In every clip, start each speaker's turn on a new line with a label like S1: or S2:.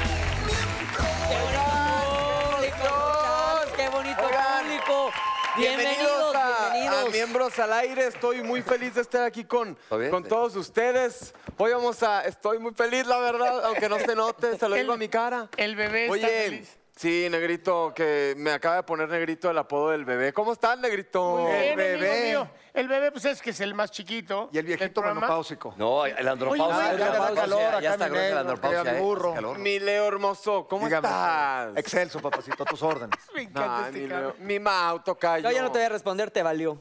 S1: ¡Qué bonito público! ¡Qué bonito
S2: Oigan,
S1: público! Bienvenidos,
S2: Bienvenidos a, a
S1: bienvenidos.
S2: Miembros al Aire. Estoy muy feliz de estar aquí con,
S3: ¿Todo bien?
S2: con
S3: Sí.
S2: todos ustedes. Hoy vamos a. Estoy muy feliz, la verdad, aunque no se note, se lo digo a mi cara.
S4: El bebé está
S2: Oye,
S4: feliz.
S2: sí, Negrito, que me acaba de poner Negrito el apodo del bebé. ¿Cómo estás, Negrito?
S4: Muy bien,
S2: El
S4: amigo mío. El bebé, pues es que es el más chiquito.
S5: Y el
S4: del
S5: viejito
S4: programa.
S5: menopáusico.
S3: No, el andropausia.
S5: Oye,
S3: Ah,
S5: güey,
S3: el
S5: ya le da
S3: andropausia,
S5: calor acá
S3: ya está
S5: mi
S3: gruesa la
S5: negro, que
S3: andropausia.
S5: le
S3: eh,
S5: burro.
S3: hace calor.
S2: Mi Leo hermoso, ¿cómo
S5: Dígame,
S2: estás?
S5: Excelso, papacito, a tus órdenes.
S4: Me encanta
S2: Ay, mi,
S4: este
S2: Leo.
S4: cabrón.
S2: mi Mau, tocayo.
S1: Yo ya no te voy a responder, te valió.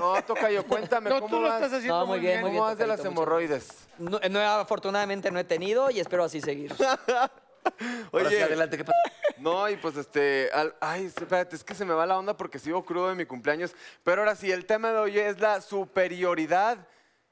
S2: No, tocayo, cuéntame,
S4: No,
S2: ¿cómo
S4: tú lo
S2: vas?
S4: estás haciendo
S1: No, muy
S4: muy
S1: bien,
S4: bien.
S1: muy
S2: ¿Cómo vas de
S1: Tocayito,
S2: las
S1: muchas
S2: hemorroides?
S1: No, eh, no, afortunadamente no he tenido y espero así seguir.
S3: Ahora sí, adelante, ¿qué pasa?
S2: No, y pues este. al- ay, espérate, es que se me va la onda porque sigo crudo en mi cumpleaños. Pero ahora sí, el tema de hoy es la superioridad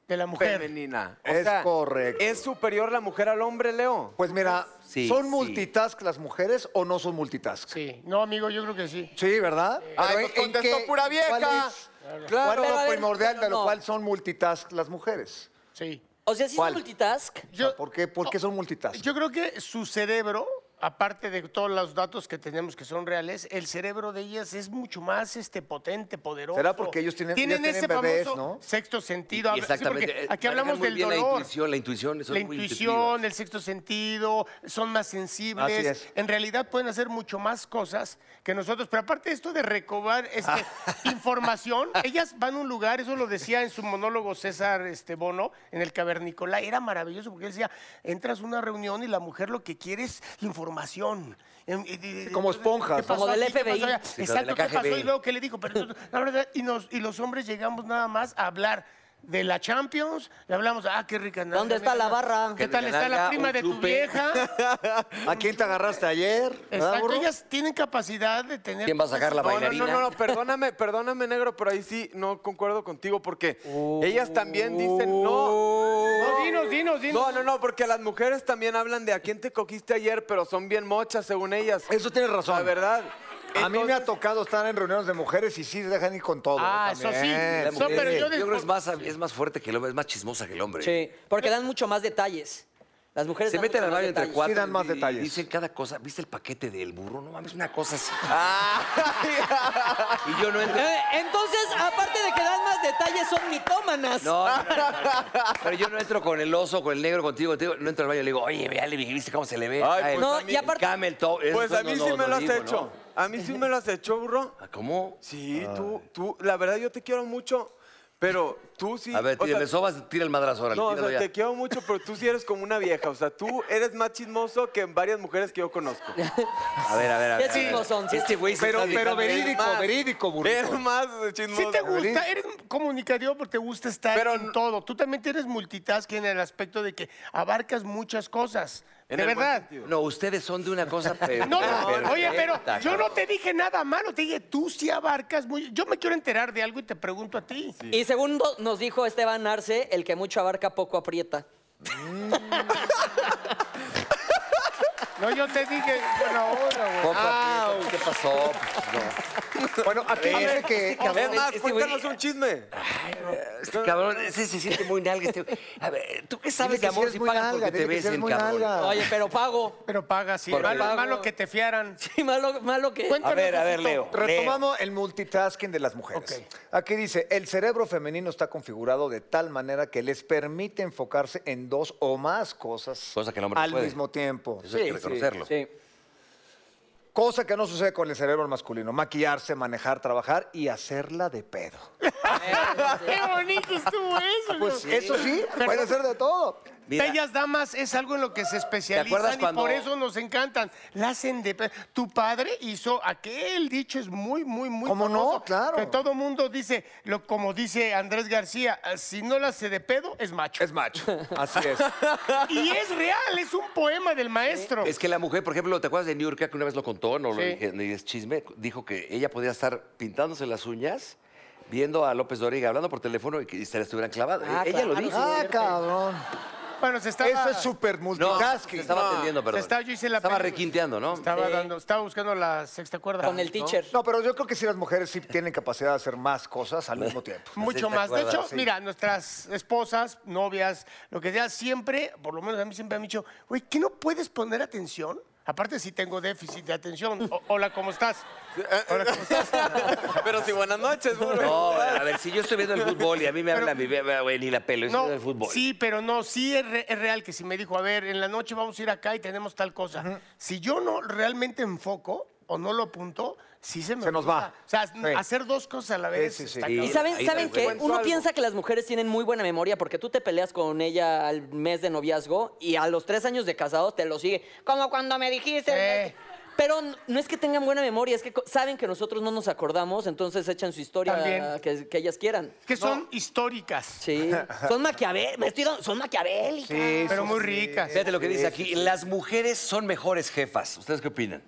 S4: De la mujer.
S2: femenina.
S5: Es correcto.
S2: ¿Es superior la mujer al hombre, Leo?
S5: Pues mira,
S3: Sí,
S5: ¿son
S3: sí.
S5: multitask las mujeres o no son multitask?
S4: Sí. No, amigo, yo creo que sí.
S5: Sí, ¿verdad?
S2: Ay,
S5: Pero
S2: pues
S5: ¿en- en
S2: contestó
S5: qué-
S2: pura vieja.
S5: ¿Cuál es,
S2: Claro.
S5: cuál es
S1: Pero a
S5: lo
S1: ver,
S5: primordial de
S1: pero
S5: lo
S1: no.
S5: cual son multitask las mujeres?
S4: Sí.
S1: O sea, si
S5: ¿Cuál?
S1: es multitask,
S5: O sea,
S4: Yo,
S5: ¿por, qué, por qué son multitask?
S4: yo creo que su cerebro, aparte de todos los datos que tenemos que son reales, el cerebro de ellas es mucho más este, potente, poderoso.
S5: ¿Será porque ellos tienen- ya tienen bebés, ¿no?
S4: sexto sentido.
S3: Y
S4: Sí,
S3: Exactamente.
S4: pues, porque
S3: eh,
S4: aquí
S3: manejan
S4: hablamos
S3: muy
S4: del
S3: bien La
S4: dolor.
S3: intuición, la intuición. son
S4: la
S3: muy
S4: intuición,
S3: intuitivas.
S4: el sexto sentido, son más sensibles.
S5: Así es.
S4: En realidad pueden hacer mucho más cosas que nosotros. Pero aparte de esto de recobrar este, información, ellas van a un lugar, eso lo decía en su monólogo César este, Bono, en el Cavernícola, era maravilloso porque él decía, entras a una reunión y la mujer lo que quiere es información. Em, y- y- y-
S5: Como esponjas,
S4: ¿qué
S5: ¿no?
S4: pasó
S1: Como del
S4: aquí? ¿Qué
S1: FBI.
S4: pasó allá?
S3: Sí, pero de la
S4: Exacto, ¿qué pasó?
S3: KGB.
S4: Y luego, ¿qué le dijo? Pero nosotros, la verdad, y, nos- y los hombres llegamos nada más a hablar de la Champions, y hablamos, ah, qué rica nalga,
S1: ¿Dónde está
S4: mira,
S1: la barra?
S4: ¿Qué tal está
S3: Nalga,
S4: la prima
S3: un
S4: de tu
S3: chupe.
S4: vieja?
S5: ¿A quién te agarraste ayer? ¿Verdad,
S4: Exacto,
S5: Ah, burro?
S4: ellas tienen capacidad de tener...
S3: ¿Quién va a sacar la
S2: No, no, no,
S3: bailarina?
S2: no, no, perdóname, perdóname, negro, pero ahí sí no concuerdo contigo porque ellas también dicen no.
S4: No, dinos, dinos, dinos.
S2: No, no, no, porque las mujeres también hablan de a quién te cogiste ayer, pero son bien mochas según ellas.
S5: Eso tienes razón.
S2: La verdad.
S5: A mí me
S2: Entonces-
S5: ha tocado estar en reuniones de mujeres y sí dejan ir con todo.
S4: Ah, eso sí.
S3: La
S5: también.
S4: No,
S3: mujer,
S4: pero
S3: eh,
S4: yo
S3: yo
S4: de-
S3: creo que es más, es más fuerte que el hombre, es más chismosa que el hombre.
S1: sí, porque dan mucho más detalles. Las mujeres
S3: Se
S1: dan
S3: meten
S1: mucho
S3: al
S1: más
S3: baño entre
S1: detalles.
S3: cuatro.
S5: Sí dan más
S3: y-
S5: detalles.
S3: Y dicen cada cosa. ¿Viste el paquete del burro? No mames, una cosa así. y yo no entro.
S1: Eh, entonces, aparte de que dan más detalles, son mitómanas.
S3: No, no, no, no, no. Pero yo no entro con el oso, con el negro, contigo, contigo. No entro al baño y le digo, oye, vea, le dije, ¿viste cómo se le
S2: Ay,
S3: ve? Ah, el-
S2: pues
S1: No, a mí- y aparte-
S3: el camel toe. Eso
S2: Pues a
S3: no,
S2: mí
S3: no,
S2: sí
S3: no
S2: me lo has
S3: digo, ¿no?
S2: hecho. A mí sí me lo has hecho, burro.
S3: Ah, ¿Cómo?
S2: Sí, tú, tú, la verdad yo te quiero mucho, pero tú sí.
S3: A ver,
S2: o
S3: tira,
S2: sea,
S3: le sobas, tira el madrazo, órale,
S2: No, o
S3: tíralo
S2: sea,
S3: ya.
S2: te quiero mucho, pero tú sí eres como una vieja. O sea, tú eres más chismoso que varias mujeres que yo conozco.
S3: A ver, a ver, a ver.
S1: Qué chismos son, sí.
S3: Este güey se
S5: Pero,
S3: está
S5: pero
S3: dedicando-
S5: verídico,
S2: más.
S5: verídico,
S2: Eres
S5: burrito.
S2: más chismoso.
S4: Sí te gusta, eres comunicativo porque te gusta estar
S2: Pero
S4: en
S2: no-
S4: todo. Tú también tienes multitask en el aspecto de que abarcas muchas cosas.
S2: En
S4: de
S2: el buen
S4: verdad.
S2: sentido.
S3: No, ustedes son de una cosa pero
S4: No, no,
S3: perfecta,
S4: oye, pero yo no
S3: cabrón.
S4: te dije nada malo, te dije, tú sí abarcas muy... Yo me quiero enterar de algo y te pregunto a ti.
S1: Y segundo, nos dijo Esteban Arce, el que mucho abarca, poco aprieta.
S4: No, yo te dije, bueno, ahora, güey.
S3: Poco a poco, ¿Qué pasó?
S5: Bueno, aquí dice que, que
S2: Es más,
S3: Este güey-
S2: cuéntanos un chisme.
S3: Este cabrón, ese se siente muy nalga. Este... güey. A ver, ¿tú qué sabes
S5: Dile que
S3: de
S5: sí
S3: amor
S5: eres
S3: si
S5: muy
S3: pagas
S5: nalga,
S3: porque te
S5: dile que sí eres
S3: besen,
S5: muy
S3: cabrón?
S5: nalga.
S1: Oye, pero pago.
S4: Pero paga, sí.
S3: Porque-
S4: Malo, malo que te fiaran.
S1: Sí, malo, malo que...
S4: Cuéntanos,
S3: A ver, a ver,
S4: Osito.
S3: Leo.
S5: Retomamos el multitasking de las mujeres.
S4: Ok.
S5: Aquí dice, el cerebro femenino está configurado de tal manera que les permite enfocarse en dos o más cosas
S3: Cosa que el hombre no
S5: al
S3: puede.
S5: mismo tiempo.
S3: Eso hay que reconocerlo.
S1: Sí.
S5: Cosa que no sucede con el cerebro masculino. Maquillarse, manejar, trabajar y hacerla de pedo.
S4: ¡Qué bonito estuvo eso!
S5: Pues eso sí, puede hacer de todo.
S3: Mira.
S4: Bellas damas es algo en lo que se
S3: acuerdas
S4: especializan y
S3: cuando-
S4: por eso nos encantan. La hacen de... pe- Tu padre hizo aquel dicho es muy, muy, muy
S5: ¿Cómo no?
S4: famoso,
S5: Claro.
S4: Que todo mundo dice, lo, como dice Andrés García, si no la hace de pedo, es macho.
S5: Es macho. Así es.
S4: Y es real, es un poema del maestro.
S3: Es que la mujer, por ejemplo, ¿te acuerdas de New York que una vez lo contó? No lo
S4: Sí.
S3: dije, ni es chisme. Dijo que ella podía estar pintándose las uñas, viendo a López Doriga hablando por teléfono y que y se la estuvieran clavada.
S1: Ah,
S3: ella lo
S1: claro,
S3: dijo.
S5: Ah, cabrón.
S4: Bueno, se estaba...
S5: Eso es súper
S3: No,
S5: multitasking.
S3: se estaba atendiendo, perdón.
S4: se estaba, yo hice la
S3: Estaba
S4: peli-
S3: requinteando, ¿no?
S4: Estaba,
S5: eh.
S1: Sí.
S4: dando, estaba buscando la sexta cuerda.
S1: Con el teacher.
S5: No, pero yo creo que sí las mujeres sí tienen capacidad de hacer más cosas al mismo tiempo.
S4: Mucho
S3: sexta
S4: más. De
S3: cuerda,
S4: hecho,
S3: sí.
S4: mira, nuestras esposas, novias, lo que sea, siempre, por lo menos a mí siempre me han dicho, güey, ¿qué no puedes poner atención? Aparte, si tengo déficit de atención. O- hola, ¿cómo estás?
S5: eh,
S4: Hola, ¿cómo estás?
S2: Pero si buenas noches, güey.
S3: No, a ver, si yo estoy viendo el fútbol y a mí me habla mi bebé, güey, ni la pelo, estoy
S4: No,
S3: viendo el fútbol.
S4: sí, pero no, sí es, re- es real que si me dijo, a ver, en la noche vamos a ir acá y tenemos tal cosa. Si yo no realmente enfoco o no lo apunto, sí se me
S5: Se nos
S4: olvida.
S5: va.
S4: O sea,
S5: Sí.
S4: hacer dos cosas a la
S5: Sí,
S4: vez.
S5: sí, sí.
S4: está
S3: Y
S4: cabrón.
S1: ¿Y saben,
S3: Ahí
S1: ¿saben
S3: te
S1: qué?
S3: cuento
S1: Uno
S2: algo.
S1: piensa que las mujeres tienen muy buena memoria porque tú te peleas con ella al mes de noviazgo y a los tres años de casado te lo sigue. Como cuando me dijiste.
S4: Sí.
S1: Pero n- no es que tengan buena memoria, es que co- saben que nosotros no nos acordamos, entonces echan su historia
S4: También.
S1: que, que ellas quieran.
S4: Que son históricas.
S1: Sí. Son maquiavel, me estoy dando- son maquiavélicas.
S5: Sí,
S4: Pero
S5: sí,
S4: muy
S5: sí.
S4: ricas.
S3: Fíjate lo que
S5: Eh,
S3: dice aquí. Las mujeres son mejores jefas. ¿Ustedes qué opinan?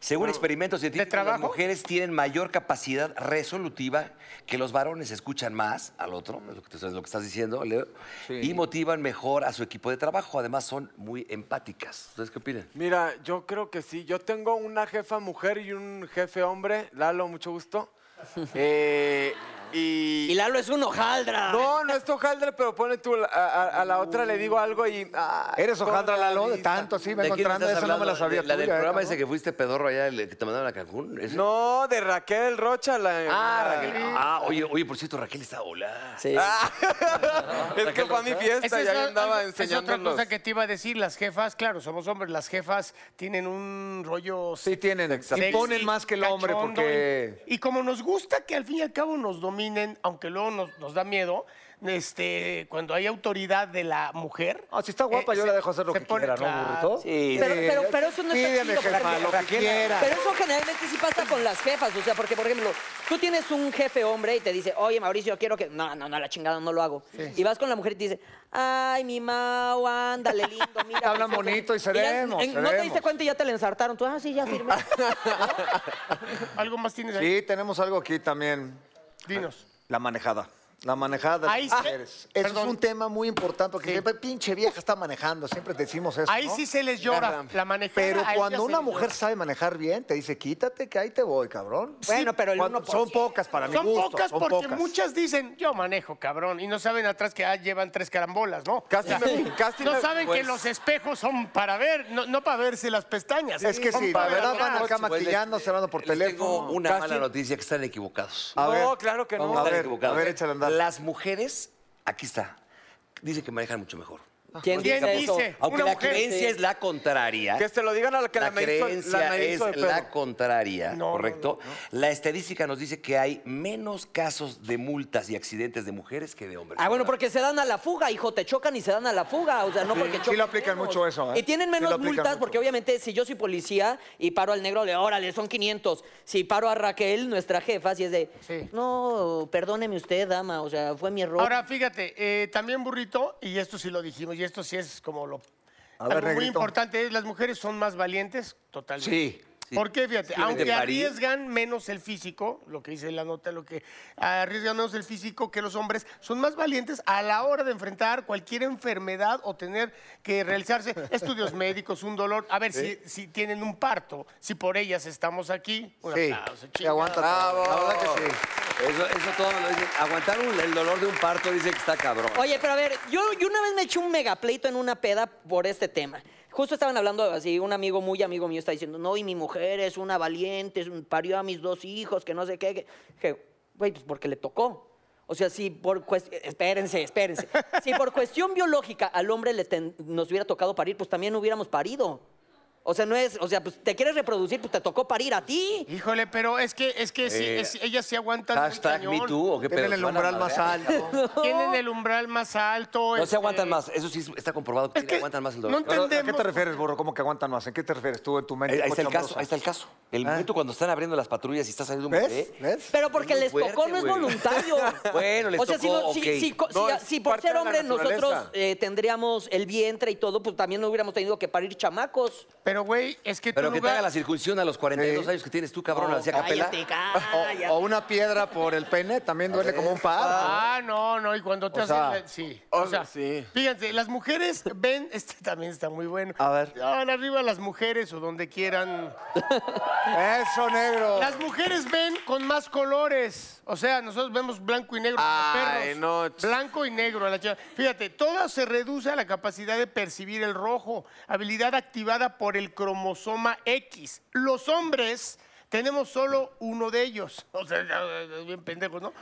S3: Según experimentos científicos, las
S4: trabajo?
S3: mujeres tienen mayor capacidad resolutiva que los varones escuchan más al otro, es lo que, te- es lo que estás diciendo, Leo, y motivan mejor a su equipo de trabajo. Además, son muy empáticas. ¿Ustedes qué opinan?
S2: Mira, yo creo que sí. Yo tengo una jefa mujer y un jefe hombre. Lalo, mucho gusto. Eh, y...
S1: Y Lalo es un hojaldra.
S2: No, no es hojaldra, pero pone tú, a, a- a la otra le digo algo y... ah,
S5: ¿Eres hojandra,
S2: toda la
S5: Lalo? De
S2: lista.
S5: tanto así me
S3: ¿De quién
S5: encontrando,
S3: estás
S5: esa no me la
S3: hablando?
S5: sabía
S3: ¿De- la del
S5: tuya, ¿eh,
S3: programa
S5: cabrón?
S3: ese que fuiste pedorro allá, el que te mandaron a Cancún. ¿Ese?
S2: No, de Raquel Rocha. La...
S3: Ah, Raquel. Ah, oye, oye, por cierto, Raquel está hola.
S1: Sí.
S2: es que fue a mi
S4: Esa
S2: fiesta
S4: es
S2: y ahí
S4: o-
S2: andaba
S4: algo- es otra
S2: enseñándolos.
S4: cosa que te iba a decir. Las jefas, claro, somos hombres. Las jefas tienen un rollo.
S5: Sí, tienen.
S4: sexy,
S5: Imponen más que el hombre
S4: cachondo,
S5: porque.
S4: Y, y como nos gusta que al fin y al cabo nos dominen, aunque luego nos, nos da miedo, este, cuando hay autoridad de la mujer.
S5: Ah, si está guapa,
S4: eh,
S5: yo
S4: se-
S5: la dejo hacer lo
S4: se
S5: que
S4: pone-
S5: quiera, ¿no,
S4: claro.
S5: burrito?
S3: Sí,
S1: Pero, pero, pero eso no está
S5: Pídeme,
S1: chido. porque-
S5: jefa, lo que quiera.
S1: Pero eso generalmente sí pasa con las jefas. O sea, porque, por ejemplo, tú tienes un jefe hombre y te dice, oye, Mauricio, quiero que... No, no, no, la chingada, no lo hago. Y vas con la mujer y te dice, ay, mi Mau, ándale, lindo, mira. pues,
S5: Hablan
S1: precioso".
S5: bonito y
S1: ya-
S5: seremos,
S1: No te diste
S5: seremos.
S1: cuenta y ya te le ensartaron. Tú, ah, sí, ya firmé.
S4: Algo más tienes ahí.
S5: Sí, tenemos algo aquí también.
S4: Dinos.
S5: La manejada. La manejada de
S4: Ahí
S5: las
S4: sí.
S5: mujeres. Eso es
S4: Perdón.
S5: un tema muy importante porque
S4: Sí.
S5: siempre, pinche vieja está manejando, siempre decimos eso.
S4: Ahí
S5: ¿no?
S4: sí se les llora.
S2: Garra.
S4: La manejada.
S5: Pero
S4: a ellas
S5: cuando
S4: se
S5: una
S4: les
S5: mujer
S4: llora.
S5: sabe manejar bien, te dice, quítate que ahí te voy, cabrón.
S1: Bueno, pero el
S5: Cuando-
S1: 1%.
S5: Son pocas para mi
S4: Son
S5: gusto.
S4: pocas
S5: son
S4: porque
S5: pocas.
S4: muchas dicen, yo manejo, cabrón, y no saben atrás que ah, llevan tres carambolas, ¿no?
S2: Casi me- casi
S4: no
S2: me-
S4: saben
S2: pues-
S4: que los espejos son para ver, no, no para verse las pestañas.
S5: Es que
S4: son
S5: sí, la
S4: para
S5: verdad
S4: mirar.
S5: van acá maquillándose, hablando por
S3: Les Tengo
S5: teléfono.
S3: una
S2: Casi-
S3: mala noticia, que están equivocados.
S5: A ver,
S2: No, claro que no.
S5: a
S3: Están
S5: ver,
S3: equivocados. ¿eh?
S5: a ver, échale a andar.
S3: Las mujeres, aquí está, dicen que manejan mucho mejor.
S1: ¿Quién
S4: ¿Quién
S1: dice eso?
S4: dice?
S3: Aunque
S4: Una
S3: la
S4: mujer,
S3: creencia
S4: sí.
S3: es la contraria.
S2: Que se lo digan a la que la,
S3: la
S2: me hizo-
S3: creencia
S2: me
S3: es
S2: hizo de
S3: la
S2: pedo.
S3: contraria,
S4: No, no,
S3: ¿correcto? La estadística nos dice que hay menos casos de multas y accidentes de mujeres que de hombres.
S1: Ah, bueno, porque se dan a la fuga, hijo, te chocan y se dan a la fuga, o sea, no porque
S5: sí
S1: chocan
S5: lo aplican
S1: menos.
S5: mucho eso, ¿eh?
S1: Y tienen
S5: Sí lo
S1: menos
S5: aplican
S1: multas
S5: mucho.
S1: porque obviamente si yo soy policía y paro al negro, le órale, son 500. Si paro a Raquel, nuestra jefa, si es de,
S4: Sí.
S1: no, perdóneme usted, dama, o sea, fue mi error.
S4: Ahora, fíjate, eh, también burrito, y esto sí lo dijimos, y esto sí es como lo...
S5: A ver,
S4: algo muy
S5: negrito.
S4: importante es, las mujeres son más valientes, totalmente.
S5: Sí.
S4: ¿Por qué?
S3: Sí,
S4: Fíjate,
S3: de
S4: aunque
S3: parir.
S4: arriesgan menos el físico, lo que dice la nota, lo que arriesgan menos el físico que los hombres, son más valientes a la hora de enfrentar cualquier enfermedad o tener que realizarse estudios médicos, un dolor. A ver, si, si tienen un parto, si por ellas estamos aquí, un
S5: Sí,
S4: aplauso,
S5: sí, aguanta todo. La verdad que sí.
S3: Eso, eso todo lo dicen. Aguantar un- el dolor de un parto dice que está cabrón.
S1: Oye, pero a ver, yo, yo una vez me eché un megapleito en una peda por este tema. Justo estaban hablando así, un amigo muy amigo mío está diciendo, no, y mi mujer es una valiente, es un- parió a mis dos hijos, que no sé qué. que-". Dije, güey, pues porque le tocó. O sea, si por cuestión... Espérense, espérense. Si por cuestión biológica al hombre le ten- nos hubiera tocado parir, pues también hubiéramos parido. O sea, no es... O sea, pues te quieres reproducir, pues te tocó parir a ti.
S4: Híjole, pero es que, es que sí,
S3: Eh,
S4: es- ellas sí aguantan. muy
S3: Hashtag
S4: cañón.
S3: me too, o qué pedo.
S5: Tienen
S3: ¿Se
S5: el
S3: van a
S5: umbral más
S3: madrear?
S5: alto.
S4: Tienen el umbral más alto.
S3: No se
S4: este,
S3: aguantan más. Eso sí está comprobado.
S4: Es
S3: que
S4: que
S3: aguantan más el dolor.
S4: no
S5: Pero, ¿A qué te
S4: Entendemos.
S5: refieres, burro? ¿Cómo que aguantan más? ¿En qué te refieres tú en tu
S3: Ahí,
S5: mente?
S3: ahí está el caso,
S5: cochambrosa?
S3: ahí está el caso. El momento cuando están abriendo las patrullas y está saliendo un
S5: pues, ¿Ves?
S3: bebé.
S5: ¿Ves?
S1: Pero porque
S3: Es muy
S1: les tocó, no es
S3: fuerte, güey.
S1: voluntario.
S3: Bueno, les
S1: o sea, si
S3: tocó,
S1: no- si,
S3: ok.
S1: si co-
S2: No,
S1: si-
S2: es
S1: si por
S2: parte
S1: ser
S2: de la
S1: hombre nosotros
S2: naturaleza.
S1: eh, tendríamos el vientre y todo, pues también no hubiéramos tenido que parir chamacos.
S4: Pero Pero, güey, es que
S3: Pero que
S4: tu
S3: te
S4: este lugar-
S3: haga la circuncisión a los 42
S5: Sí.
S3: años que tienes tú, cabrón, así a capela.
S1: Cállate,
S5: Ah, O,
S1: cállate.
S5: o una piedra por el pene también duele como un par.
S4: Ah, no, no, y cuando te
S5: O
S4: hacen...
S5: sea,
S4: la- sí.
S2: o
S4: O sea,
S2: sí.
S4: fíjate, las mujeres ven... Este también está muy bueno.
S5: A ver.
S4: Van arriba las mujeres o donde quieran.
S5: Eso, negro.
S4: Las mujeres ven con más colores. O sea, nosotros vemos blanco y negro como
S2: Ay,
S4: perros.
S2: no, ch-
S4: Blanco y negro a la chava. Fíjate, todo se reduce a la capacidad de percibir el rojo, habilidad activada por el cromosoma X. Los hombres tenemos solo uno de ellos. O sea, ya, ya, bien pendejos, ¿no?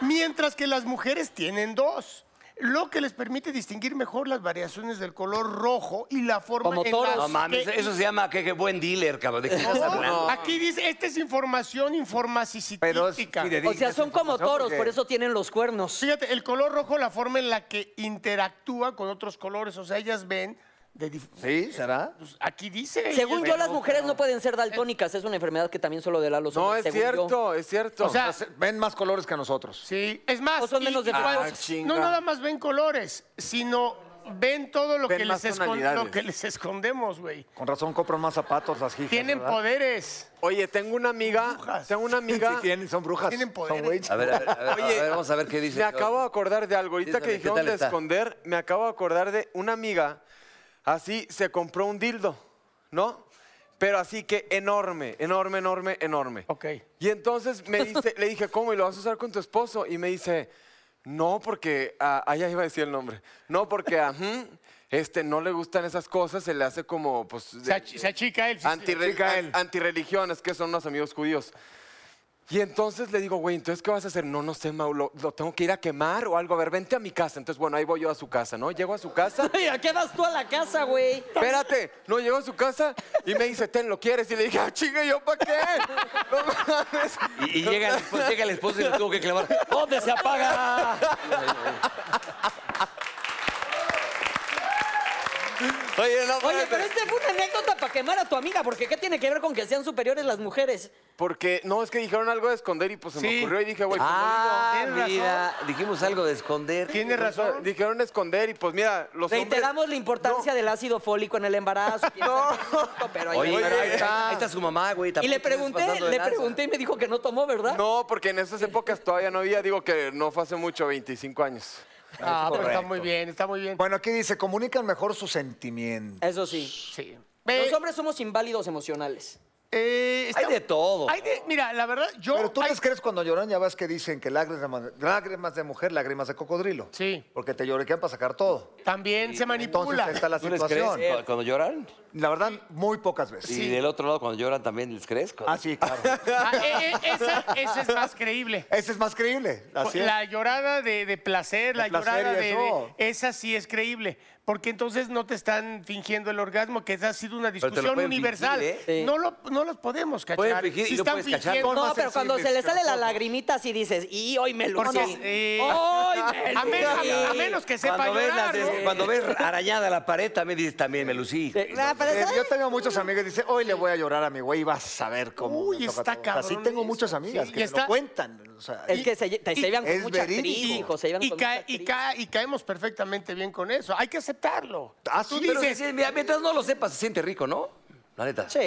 S4: Mientras que las mujeres tienen dos. Lo que les permite distinguir mejor las variaciones del color rojo y la forma
S1: Como
S4: en
S1: toros.
S4: las
S3: No mames,
S4: que-
S3: eso se llama que, que buen dealer, cabrón. ¿De qué estás hablando?
S4: Aquí dice, esta es información informacicística.
S5: Pero es fidedigna
S1: O sea,
S5: esa
S1: son como
S5: información
S1: toros,
S5: porque-
S1: por eso tienen los cuernos.
S4: Fíjate, el color rojo, la forma en la que interactúa con otros colores, o sea, ellas ven de dif-
S5: ¿Sí? ¿Será?
S4: pues, aquí dice.
S1: Según
S4: ellas
S1: yo,
S4: ven
S1: las
S4: rojo.
S1: mujeres no pueden ser daltónicas. Es una enfermedad que también solo de los
S2: No,
S1: hombres,
S2: es
S1: según yo.
S2: cierto, es cierto.
S4: O sea,
S5: Pues, Ven más colores que nosotros.
S4: sí, es más,
S1: O son menos de-
S4: cuando-
S2: Ah, chinga.
S4: no nada más ven colores, sino ven todo lo,
S2: Ven
S4: que
S2: más
S4: les, escon-
S2: tonalidades.
S4: lo que les escondemos, güey.
S5: Con razón compran más zapatos las hijas.
S4: Tienen
S5: ¿verdad?
S4: poderes.
S2: Oye, tengo una amiga,
S4: Brujas.
S2: tengo una
S5: Sí,
S2: amiga.
S5: tienen, son brujas.
S4: Tienen
S5: Son
S4: poderes.
S5: güeyes.
S3: A ver, a ver, a ver, a ver, vamos a ver qué dice.
S2: Me acabo de acordar de algo. Ahorita que
S3: Dígame, ¿qué
S2: dijeron
S3: tal
S2: de
S3: está?
S2: esconder, me acabo de acordar de una amiga. Así se compró un dildo, ¿no? Pero así que enorme, enorme, enorme, enorme.
S4: Ok.
S2: Y entonces me dice, le dije, ¿cómo? ¿Y lo vas a usar con tu esposo? Y me dice, no, porque. ah, ah, ya iba a decir el nombre. No, porque a. ujú, este no le gustan esas cosas, se le hace como. Pues,
S4: Se, ach- se achica él. sí, sí.
S2: Antirre- an- Antirreligiones, que son unos amigos judíos. Y entonces le digo, güey, ¿entonces qué vas a hacer? No, no sé, Mau, lo, lo tengo que ir a quemar o algo. A ver, vente a mi casa. Entonces, bueno, ahí voy yo a su casa, ¿no? Llego a su casa.
S1: Ay, ¿A qué vas tú a la casa, güey?
S2: Espérate, no, llego a su casa y me dice, ten, ¿lo quieres? Y le dije, ah, chinga, ¿yo para qué? No mames.
S3: Y, y llega, el esposo, llega el esposo y le tuvo que clavar. ¿Dónde se apaga?
S2: Oye, no,
S1: Oye,
S2: espérate.
S1: pero este fue una anécdota para quemar a tu amiga, porque ¿qué tiene que ver con que sean superiores las mujeres?
S2: Porque, no, es que dijeron algo de esconder y pues se me
S4: Sí.
S2: ocurrió y dije, güey, ¿cómo
S3: Ah,
S4: Tienes razón.
S3: mira, dijimos algo de esconder.
S4: Tienes
S2: digo?
S4: razón.
S2: Dijeron esconder y pues mira, los hombres...
S1: Reiteramos la importancia del ácido fólico en el embarazo. pero ahí-
S3: Oye,
S1: ahí-
S3: pero ahí está,
S2: Oye.
S3: ahí está su mamá, güey.
S1: y
S3: tampoco
S1: le
S3: te estés
S1: pregunté,
S3: pasando de
S1: le
S3: lanza.
S1: pregunté y me dijo que no tomó, ¿verdad?
S2: No, porque en esas épocas todavía no había, digo que no fue hace mucho, 25 años.
S4: Ah, pero está
S5: Correcto.
S4: muy bien, está muy bien.
S5: Bueno, aquí dice, comunican mejor sus sentimientos.
S1: Eso sí.
S4: sí.
S1: Los
S4: Ve,
S1: hombres somos inválidos emocionales.
S4: eh,
S3: Hay
S4: está-
S3: de todo.
S4: hay de- mira, la verdad, yo.
S5: Pero tú
S4: hay-
S5: les crees cuando lloran, ya ves que dicen que lágrimas, lágrimas de mujer, lágrimas de cocodrilo.
S4: Sí.
S5: Porque te lloriquean para sacar todo.
S4: También se
S5: Entonces
S4: manipula.
S5: está la
S3: ¿Tú les crees
S5: situación.
S1: Eh,
S3: cu- cuando lloran?
S5: La verdad, muy pocas veces.
S3: Y del otro lado, cuando lloran, también les crees.
S5: Ah, sí, claro.
S4: Ah, eh, eh, esa, esa es más creíble.
S5: Ese es más creíble. Así es.
S4: La llorada de, de placer, la
S5: placer
S4: llorada
S5: y
S4: de,
S5: eso.
S4: de- Esa sí es creíble. Porque entonces no te están fingiendo el orgasmo, que esa ha sido una
S3: te lo
S4: discusión
S3: pueden
S4: universal.
S3: fingir,
S1: ¿eh? Sí.
S4: no, lo, no los podemos cachar.
S3: Pueden fingir
S4: Si
S3: y no
S4: están
S3: puedes cachar.
S4: fingiendo.
S1: No, pero cuando se le sale la lagrimita, sí dices, y hoy me lo
S4: Porque
S1: no.
S4: es- eh.
S1: Hoy me
S4: A menos, a- a menos que sepa
S3: Cuando ves,
S4: llorar,
S3: las-
S4: ¿no?
S3: cuando ves arañada la pared, también dices, también me lucí.
S1: Sí, nah, pero
S5: Eh,
S1: ¿sabes?
S5: Yo tengo muchos amigos que dicen, hoy le voy a llorar a mi güey y vas a ver cómo. me
S4: Uy,
S5: toca
S4: está
S5: todo". O sea,
S4: cabrón
S5: sí tengo
S4: eso.
S5: muchas amigas
S4: Sí,
S5: que
S4: y
S5: me
S4: está-
S5: lo cuentan. o sea,
S1: Es que se, te- se
S4: y-
S1: iban con
S5: es
S1: mucha actriz,
S5: verídico.
S1: hijo, se iban
S4: Y,
S1: con
S4: cae-
S1: mucha
S4: y
S1: actriz.
S4: cae- y caemos perfectamente bien con eso. Hay que aceptarlo.
S5: Ah,
S4: Tú
S5: sí, pero
S4: dices,
S3: Sí, mira, mientras no lo sepas, se siente rico, ¿no? La neta.
S1: Sí.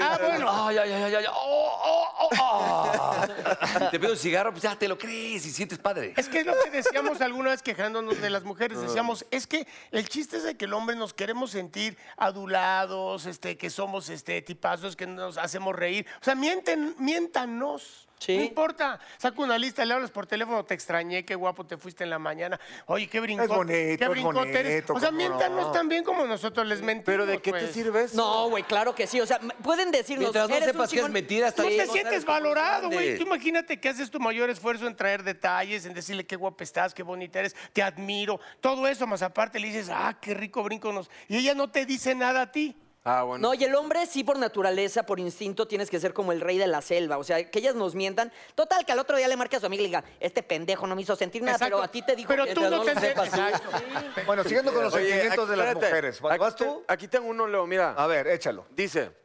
S4: ah, bueno,
S3: Ay, ay, ay, ay, ay. Oh, oh, oh, oh. Te pido un cigarro, pues ya te lo crees y sientes padre.
S4: Es que es lo que decíamos alguna vez quejándonos de las mujeres. Decíamos, es que el chiste es de que el hombre nos queremos sentir adulados, este, que somos este, tipazos, que nos hacemos reír. O sea, mienten, miéntanos.
S1: Sí.
S4: No importa. Saca una lista, le hablas por teléfono, te extrañé, qué guapo te fuiste en la mañana. Oye, qué brincón.
S5: bonito,
S4: qué
S5: es
S4: brincote eres.
S5: bonito,
S4: O sea,
S5: cómo no.
S4: miéntanos también como nosotros les mentimos.
S2: Pero ¿de qué te
S4: pues.
S2: sirve eso?
S1: No, güey, claro que sí. O sea, m- pueden decirnos.
S3: Mientras no
S1: "Eres un
S3: sepas que es
S1: chingón".
S3: mentira, hasta
S4: No
S3: Sí,
S4: te
S3: no
S4: sientes
S3: sabes cómo
S4: valorado, güey.
S3: grande.
S4: Tú imagínate que haces tu mayor esfuerzo en traer detalles, en decirle qué guapa estás, qué bonita eres, te admiro. Todo eso, más aparte le dices, ah, qué rico brinco nos. Y ella no te dice nada a ti.
S2: Ah, bueno.
S1: No, y el hombre sí por naturaleza, por instinto, tienes que ser como el rey de la selva. O sea, que ellas nos mientan. Total, que al otro día le marque a su amiga y le diga, este pendejo no me hizo sentir nada,
S4: Exacto.
S1: pero a ti te dijo
S4: Pero
S1: que
S4: tú
S1: mientras
S4: no te
S1: lo sepas,
S4: enteras.
S1: sí.
S4: Exacto.
S5: Bueno, siguiendo con los
S2: Oye,
S5: sentimientos
S2: aquí-
S5: de las
S2: espérate,
S5: mujeres. ¿Vas
S2: aquí
S5: vas
S2: te-
S5: tú?
S2: Aquí tengo uno, Leo, mira.
S5: A ver, échalo.
S2: Dice,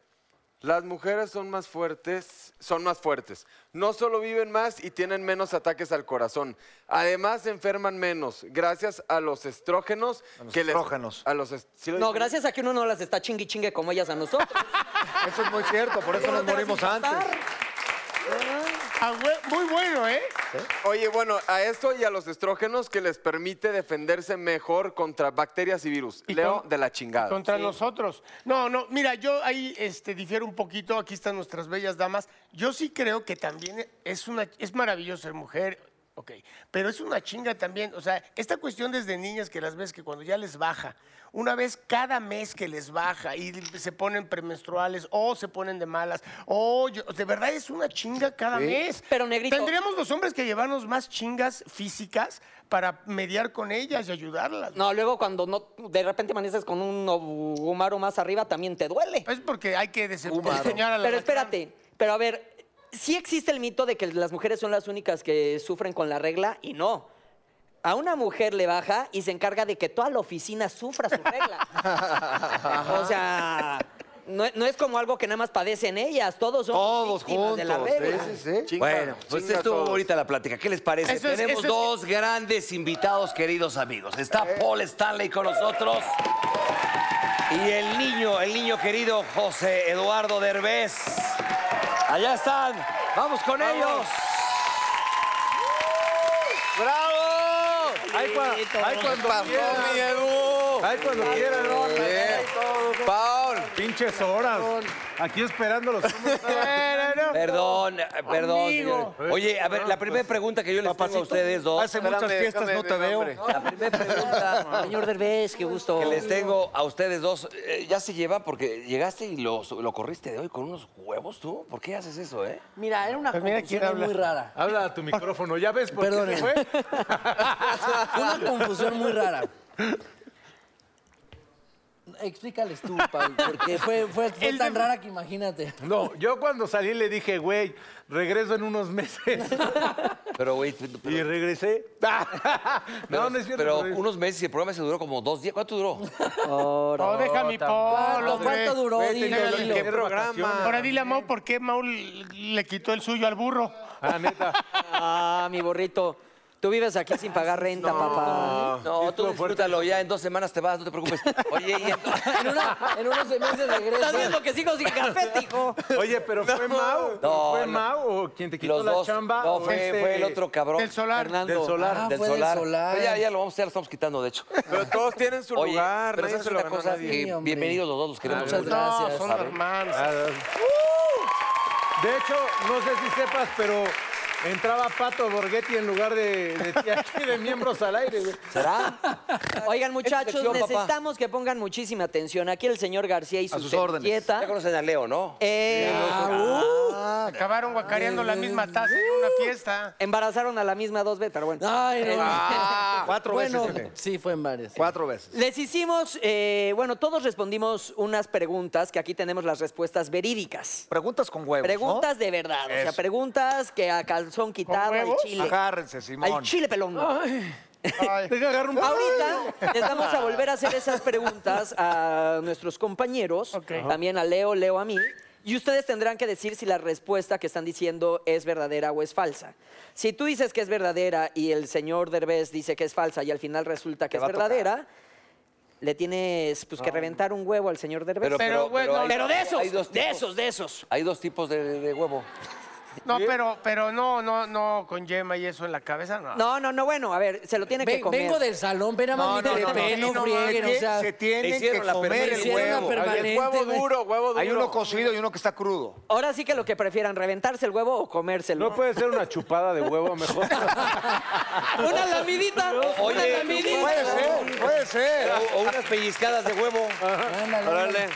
S2: Las mujeres son más fuertes, son más fuertes. No solo viven más y tienen menos ataques al corazón, además se enferman menos gracias a los estrógenos.
S5: A los
S2: que les-
S5: estrógenos.
S2: a los est- ¿sí lo
S1: No,
S2: dije bien?
S1: gracias a que uno no las está chingui chingue como ellas a nosotros.
S5: Eso es muy cierto, por eso
S1: Uno
S5: nos
S1: te las
S5: morimos
S1: infartar.
S5: antes.
S4: Ah, güey, Muy bueno, ¿eh?
S2: Oye, bueno, a esto y a los estrógenos que les permite defenderse mejor contra bacterias y virus.
S4: Y
S2: Leo,
S4: con-
S2: de la chingada.
S4: Contra nosotros. No, no, mira, yo ahí este, difiero un poquito. Aquí están nuestras bellas damas. Yo sí creo que también es, una, es maravilloso ser mujer, ok, pero es una chinga también. O sea, esta cuestión desde niñas que las ves que cuando ya les baja, una vez cada mes que les baja y se ponen premenstruales o se ponen de malas, o yo- de verdad es una chinga cada mes.
S1: Pero, negrito-
S4: Tendríamos los hombres que llevarnos más chingas físicas para mediar con ellas y ayudarlas.
S1: No, luego cuando no, de repente amaneces con un humaro más arriba, también te duele.
S4: Es porque hay que
S5: Fumado.
S4: desempeñar a la
S1: Pero espérate, pero a ver, sí existe el mito de que las mujeres son las únicas que sufren con la regla y no. A una mujer le baja y se encarga de que toda la oficina sufra su regla. o sea, no, no es como algo que nada más padecen ellas, todos son
S5: Todos
S1: víctimas
S5: juntos.
S1: de la regla.
S5: Sí, sí, sí.
S2: Chinga,
S3: bueno, pues
S2: chinga
S3: estuvo
S2: todos.
S3: bonita la plática. ¿Qué les parece?
S4: Eso es-
S3: Tenemos
S4: eso es- eh.
S3: dos grandes invitados, queridos amigos. Está Paul Stanley con nosotros. Y el niño, el niño querido José Eduardo Derbez. Allá están. Vamos con ellos.
S2: ¡Bravo! Ay, cua- ay, cuando quieran.
S5: Ay, cuando quieran, ¿no?
S2: Bien. Paul,
S6: Pinches horas. Aquí esperándolos. ¿Cómo
S3: Perdón, eh, perdón,
S4: Amigo.
S3: señor. Oye, a ver, la primera pregunta que yo les tengo a ustedes dos.
S6: Hace muchas
S2: Espérame,
S6: fiestas
S2: déjame
S6: no te
S2: mi
S6: veo.
S2: nombre.
S3: La primera pregunta
S1: Señor Derbez, qué gusto.
S3: que les tengo a ustedes dos. eh, ya se lleva porque llegaste y lo, lo corriste de hoy con unos huevos tú. ¿Por qué haces eso, eh?
S7: Mira, era una
S4: Pues mira quién
S7: confusión ahí
S4: habla. Ah,
S7: muy rara.
S6: Habla a tu micrófono, ¿ya ves por qué
S7: Perdone.
S6: se fue?
S7: Fue una confusión muy rara. Explícales tú, Pablo, porque fue, fue, fue
S4: El
S7: tan
S4: de-
S7: rara que imagínate.
S6: No, yo cuando salí le dije, güey, regreso en unos meses.
S3: Pero, güey,
S6: Y
S3: pero,
S6: regresé.
S3: pero-
S6: No, no es cierto.
S3: pero
S6: pero-
S3: unos meses y el programa se duró como dos días. ¿Cuánto duró?
S4: No, deja mi polo.
S7: ¿Cuánto, cuánto
S4: hombre.
S7: duró?
S6: Vete,
S7: Dilo,
S6: yo lo
S7: dilo.
S6: quiero.
S4: Ahora dile a Mau por qué Mau le quitó el suyo al burro.
S6: Ah, neta.
S1: Ah, mi borrito. Tú vives aquí sin pagar renta, papá.
S3: No, tú disfrútalo ya. En dos semanas te vas, no te preocupes. Oye, y entonces-
S7: En, una- en unos meses regresa.
S1: ¿Estás viendo que sigo sin café, hijo?
S6: Oye, pero ¿fue Mau?
S3: No, no.
S6: ¿Fue Mau o quien te quitó
S3: los
S6: la
S3: dos.
S6: chamba?
S3: no,
S6: o
S3: fue,
S6: este-
S3: fue el otro cabrón.
S4: El solar.
S1: Fernando.
S6: Del solar.
S7: Ah,
S3: Del
S7: fue del
S3: solar. Pues
S7: solar.
S3: Ya, ya lo vamos, ya lo estamos quitando, de hecho.
S2: Pero todos tienen su
S3: Oye,
S2: lugar,
S3: pero
S2: nadie
S3: ¿sabes
S2: se lo
S3: una
S2: ganó a
S3: cosa?
S2: nadie.
S7: Sí,
S3: Que
S7: hombre.
S3: bienvenidos los dos, los queremos.
S7: Muchas
S3: mucho.
S7: gracias.
S4: No, son
S3: ¿Sabe?
S4: hermanos.
S6: Ah,
S3: ¡Uh!
S6: De hecho, no sé si sepas, pero entraba Pato Borghetti en lugar de, de ti aquí, de miembros al aire, güey.
S3: ¿Será?
S1: Oigan, muchachos,
S3: sección, papá.
S1: necesitamos que pongan muchísima atención. Aquí el señor García y su
S5: A sus órdenes.
S1: servilleta.
S3: Ya conocen a Leo, ¿no?
S1: Eh,
S4: Acabaron guacareando la misma taza en una fiesta.
S1: embarazaron a la misma dos veces, pero bueno. Eh,
S7: Ay, no.
S5: Cuatro
S7: bueno,
S5: veces. dije.
S7: sí, fue en varias.
S5: Cuatro veces.
S1: Les hicimos, eh, bueno, todos respondimos unas preguntas, que aquí tenemos las respuestas verídicas.
S5: Preguntas con huevos.
S1: Preguntas de verdad, o sea,
S5: Eso.
S1: preguntas que a calzón quitado al
S4: huevos?
S5: ¿no?
S1: chile.
S5: Agárrense, Simón.
S1: Al chile pelón.
S4: Ay.
S6: Deja agarrar un
S1: Ahorita les vamos a volver a hacer esas preguntas a nuestros compañeros,
S4: Ok.
S1: también a Leo, Leo a mí, y ustedes tendrán que decir si la respuesta que están diciendo es verdadera o es falsa. Si tú dices que es verdadera y el señor Derbez dice que es falsa y al final resulta que es verdadera, le tienes pues, que reventar un huevo al señor Derbez.
S3: Pero,
S1: Pero,
S3: pero,
S4: Pero, güey, no,
S3: hay-
S4: pero
S1: de
S3: hay dos
S1: esos, de
S3: tipos.
S1: esos, de esos.
S3: Hay dos tipos de, de huevo.
S4: No, pero, pero no, no, no, con yema y eso en la cabeza, no.
S1: No, no, no, bueno, a ver, se lo tiene que
S7: Ven-
S1: comer.
S7: vengo del salón, ven a
S5: No,
S7: mami,
S5: no,
S7: te
S5: no, no.
S7: ven, no,
S5: Sí, no,
S7: frieguen,
S5: mames,
S7: o sea.
S5: se tienen
S3: le hicieron
S5: que
S3: la
S5: comer
S3: permanente.
S5: el
S7: Hicieron la
S5: huevo.
S7: permanente,
S2: El huevo
S7: güey.
S2: duro, huevo duro.
S5: Hay uno cocido y uno que está crudo.
S1: Ahora sí que lo que prefieran, reventarse el huevo o comérselo.
S6: No puede ser una chupada de huevo mejor.
S1: Una lamidita, una
S3: Oye,
S1: lamidita.
S5: Puede ser, puede ser.
S3: O, o unas pellizcadas de huevo.
S7: Ándale, ándale.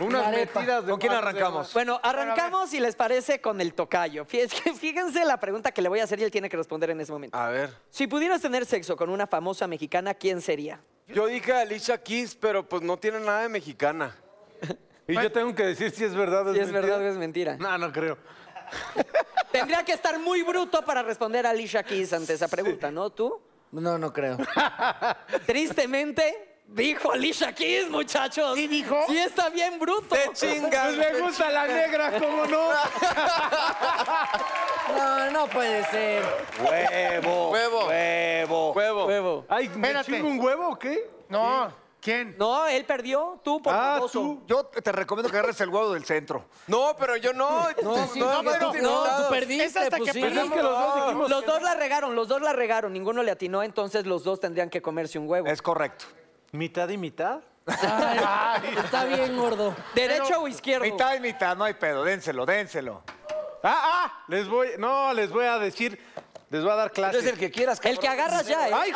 S6: Unas
S7: Una arepa.
S6: metidas de
S5: ¿Con quién
S6: más, de
S5: arrancamos?
S1: Bueno, arrancamos, si les parece, con el tocayo. Fíjense, fíjense la pregunta que le voy a hacer y él tiene que responder en ese momento.
S2: A ver.
S1: Si pudieras tener sexo con una famosa mexicana, ¿quién sería?
S2: Yo dije a Alicia Keys, pero pues no tiene nada de mexicana.
S6: más. Y yo tengo que decir si es verdad o
S1: Si es verdad o
S6: Pues mentira.
S1: es mentira.
S6: No, no creo.
S1: Tendría que estar muy bruto para responder a Alicia Keys ante esa pregunta, ¿no? ¿Tú?
S7: No, no creo.
S1: Tristemente, Dijo Alicia Keys, muchachos.
S4: ¿Sí dijo?
S1: Sí está bien bruto.
S2: Te chingas.
S6: Le Pues gusta la negra, ¿cómo no?
S7: No, no puede ser.
S3: Huevo.
S2: Huevo.
S3: Huevo.
S2: Huevo.
S1: Huevo.
S6: Ay, ¿me
S4: Espérate.
S6: chingo un huevo o qué?
S4: No. ¿Quién?
S1: No, él perdió. Tú por
S6: Ah,
S1: baboso.
S6: tú.
S5: Yo te recomiendo que agarres el huevo del centro.
S2: No, pero yo no. No,
S7: sí, no,
S2: me
S7: pero-
S2: estoy
S7: no,
S2: tirados.
S7: tú perdiste,
S4: Es hasta
S7: pues
S4: que
S7: sí.
S4: perdamos.
S6: que los dos dijimos
S1: Los dos la regaron, los dos la regaron. Ninguno le atinó, entonces los dos tendrían que comerse un huevo.
S5: Es correcto.
S6: ¿Mitad y mitad?
S7: Ay, está bien, gordo.
S1: ¿Derecho o izquierdo?
S5: Mitad y mitad, no hay pedo. Dénselo, dénselo.
S6: ¡Ah, ah! Les voy... No, les voy a decir... Les voy a dar clases.
S3: Es el que quieras,
S1: El que agarras ya, ¿eh?
S6: ¡Ay,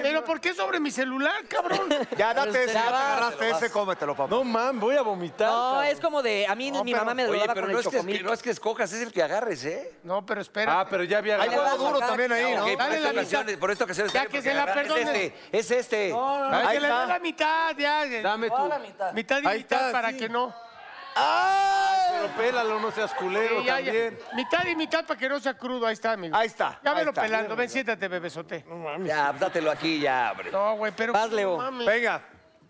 S4: ¿Pero por qué sobre mi celular, cabrón?
S5: Ya date ese, ya
S1: ya
S5: te
S1: va,
S5: agarraste ese, cómetelo, papá.
S6: No, man, voy a vomitar.
S1: no,
S6: cabrón.
S1: es como de. A mí mi mamá me
S3: Oye,
S1: drogaba
S3: pero
S1: con
S3: no
S1: el
S3: es, que,
S1: chocomil.
S3: no es que escojas, es el que agarres, ¿eh?
S4: No, pero espera.
S6: Ah, pero ya había...
S5: Hay
S6: agarrado.
S5: huevo duro
S1: sacar.
S5: también ahí, ¿no?
S3: Ok, por
S4: Dale
S3: esta
S4: la mitad.
S3: ocasión, por esta ocasión está
S4: Ya
S3: bien,
S4: que
S3: porque
S4: se la
S3: agarrar
S4: perdone.
S3: Es este, es este.
S4: Ay,
S6: Ahí
S4: que le dé
S6: está.
S4: la mitad, ya. ya.
S6: Dame tú.
S7: Toda la mitad.
S4: Mitad y
S6: Ahí
S4: mitad
S6: está,
S4: para
S6: sí.
S4: que no.
S6: Pero pélalo, no seas culero
S4: Sí, ya, ya.
S6: también.
S4: Mitad y mitad para que no sea crudo. Ahí está, amigo.
S5: Ahí está,
S4: Ya
S5: ahí
S4: velo
S5: está.
S4: pelando. Ven, siéntate, bebesote.
S3: Ya, dátelo aquí, ya, hombre.
S4: No, güey, pero.
S1: Vas, Leo.
S4: Mami.
S5: Venga,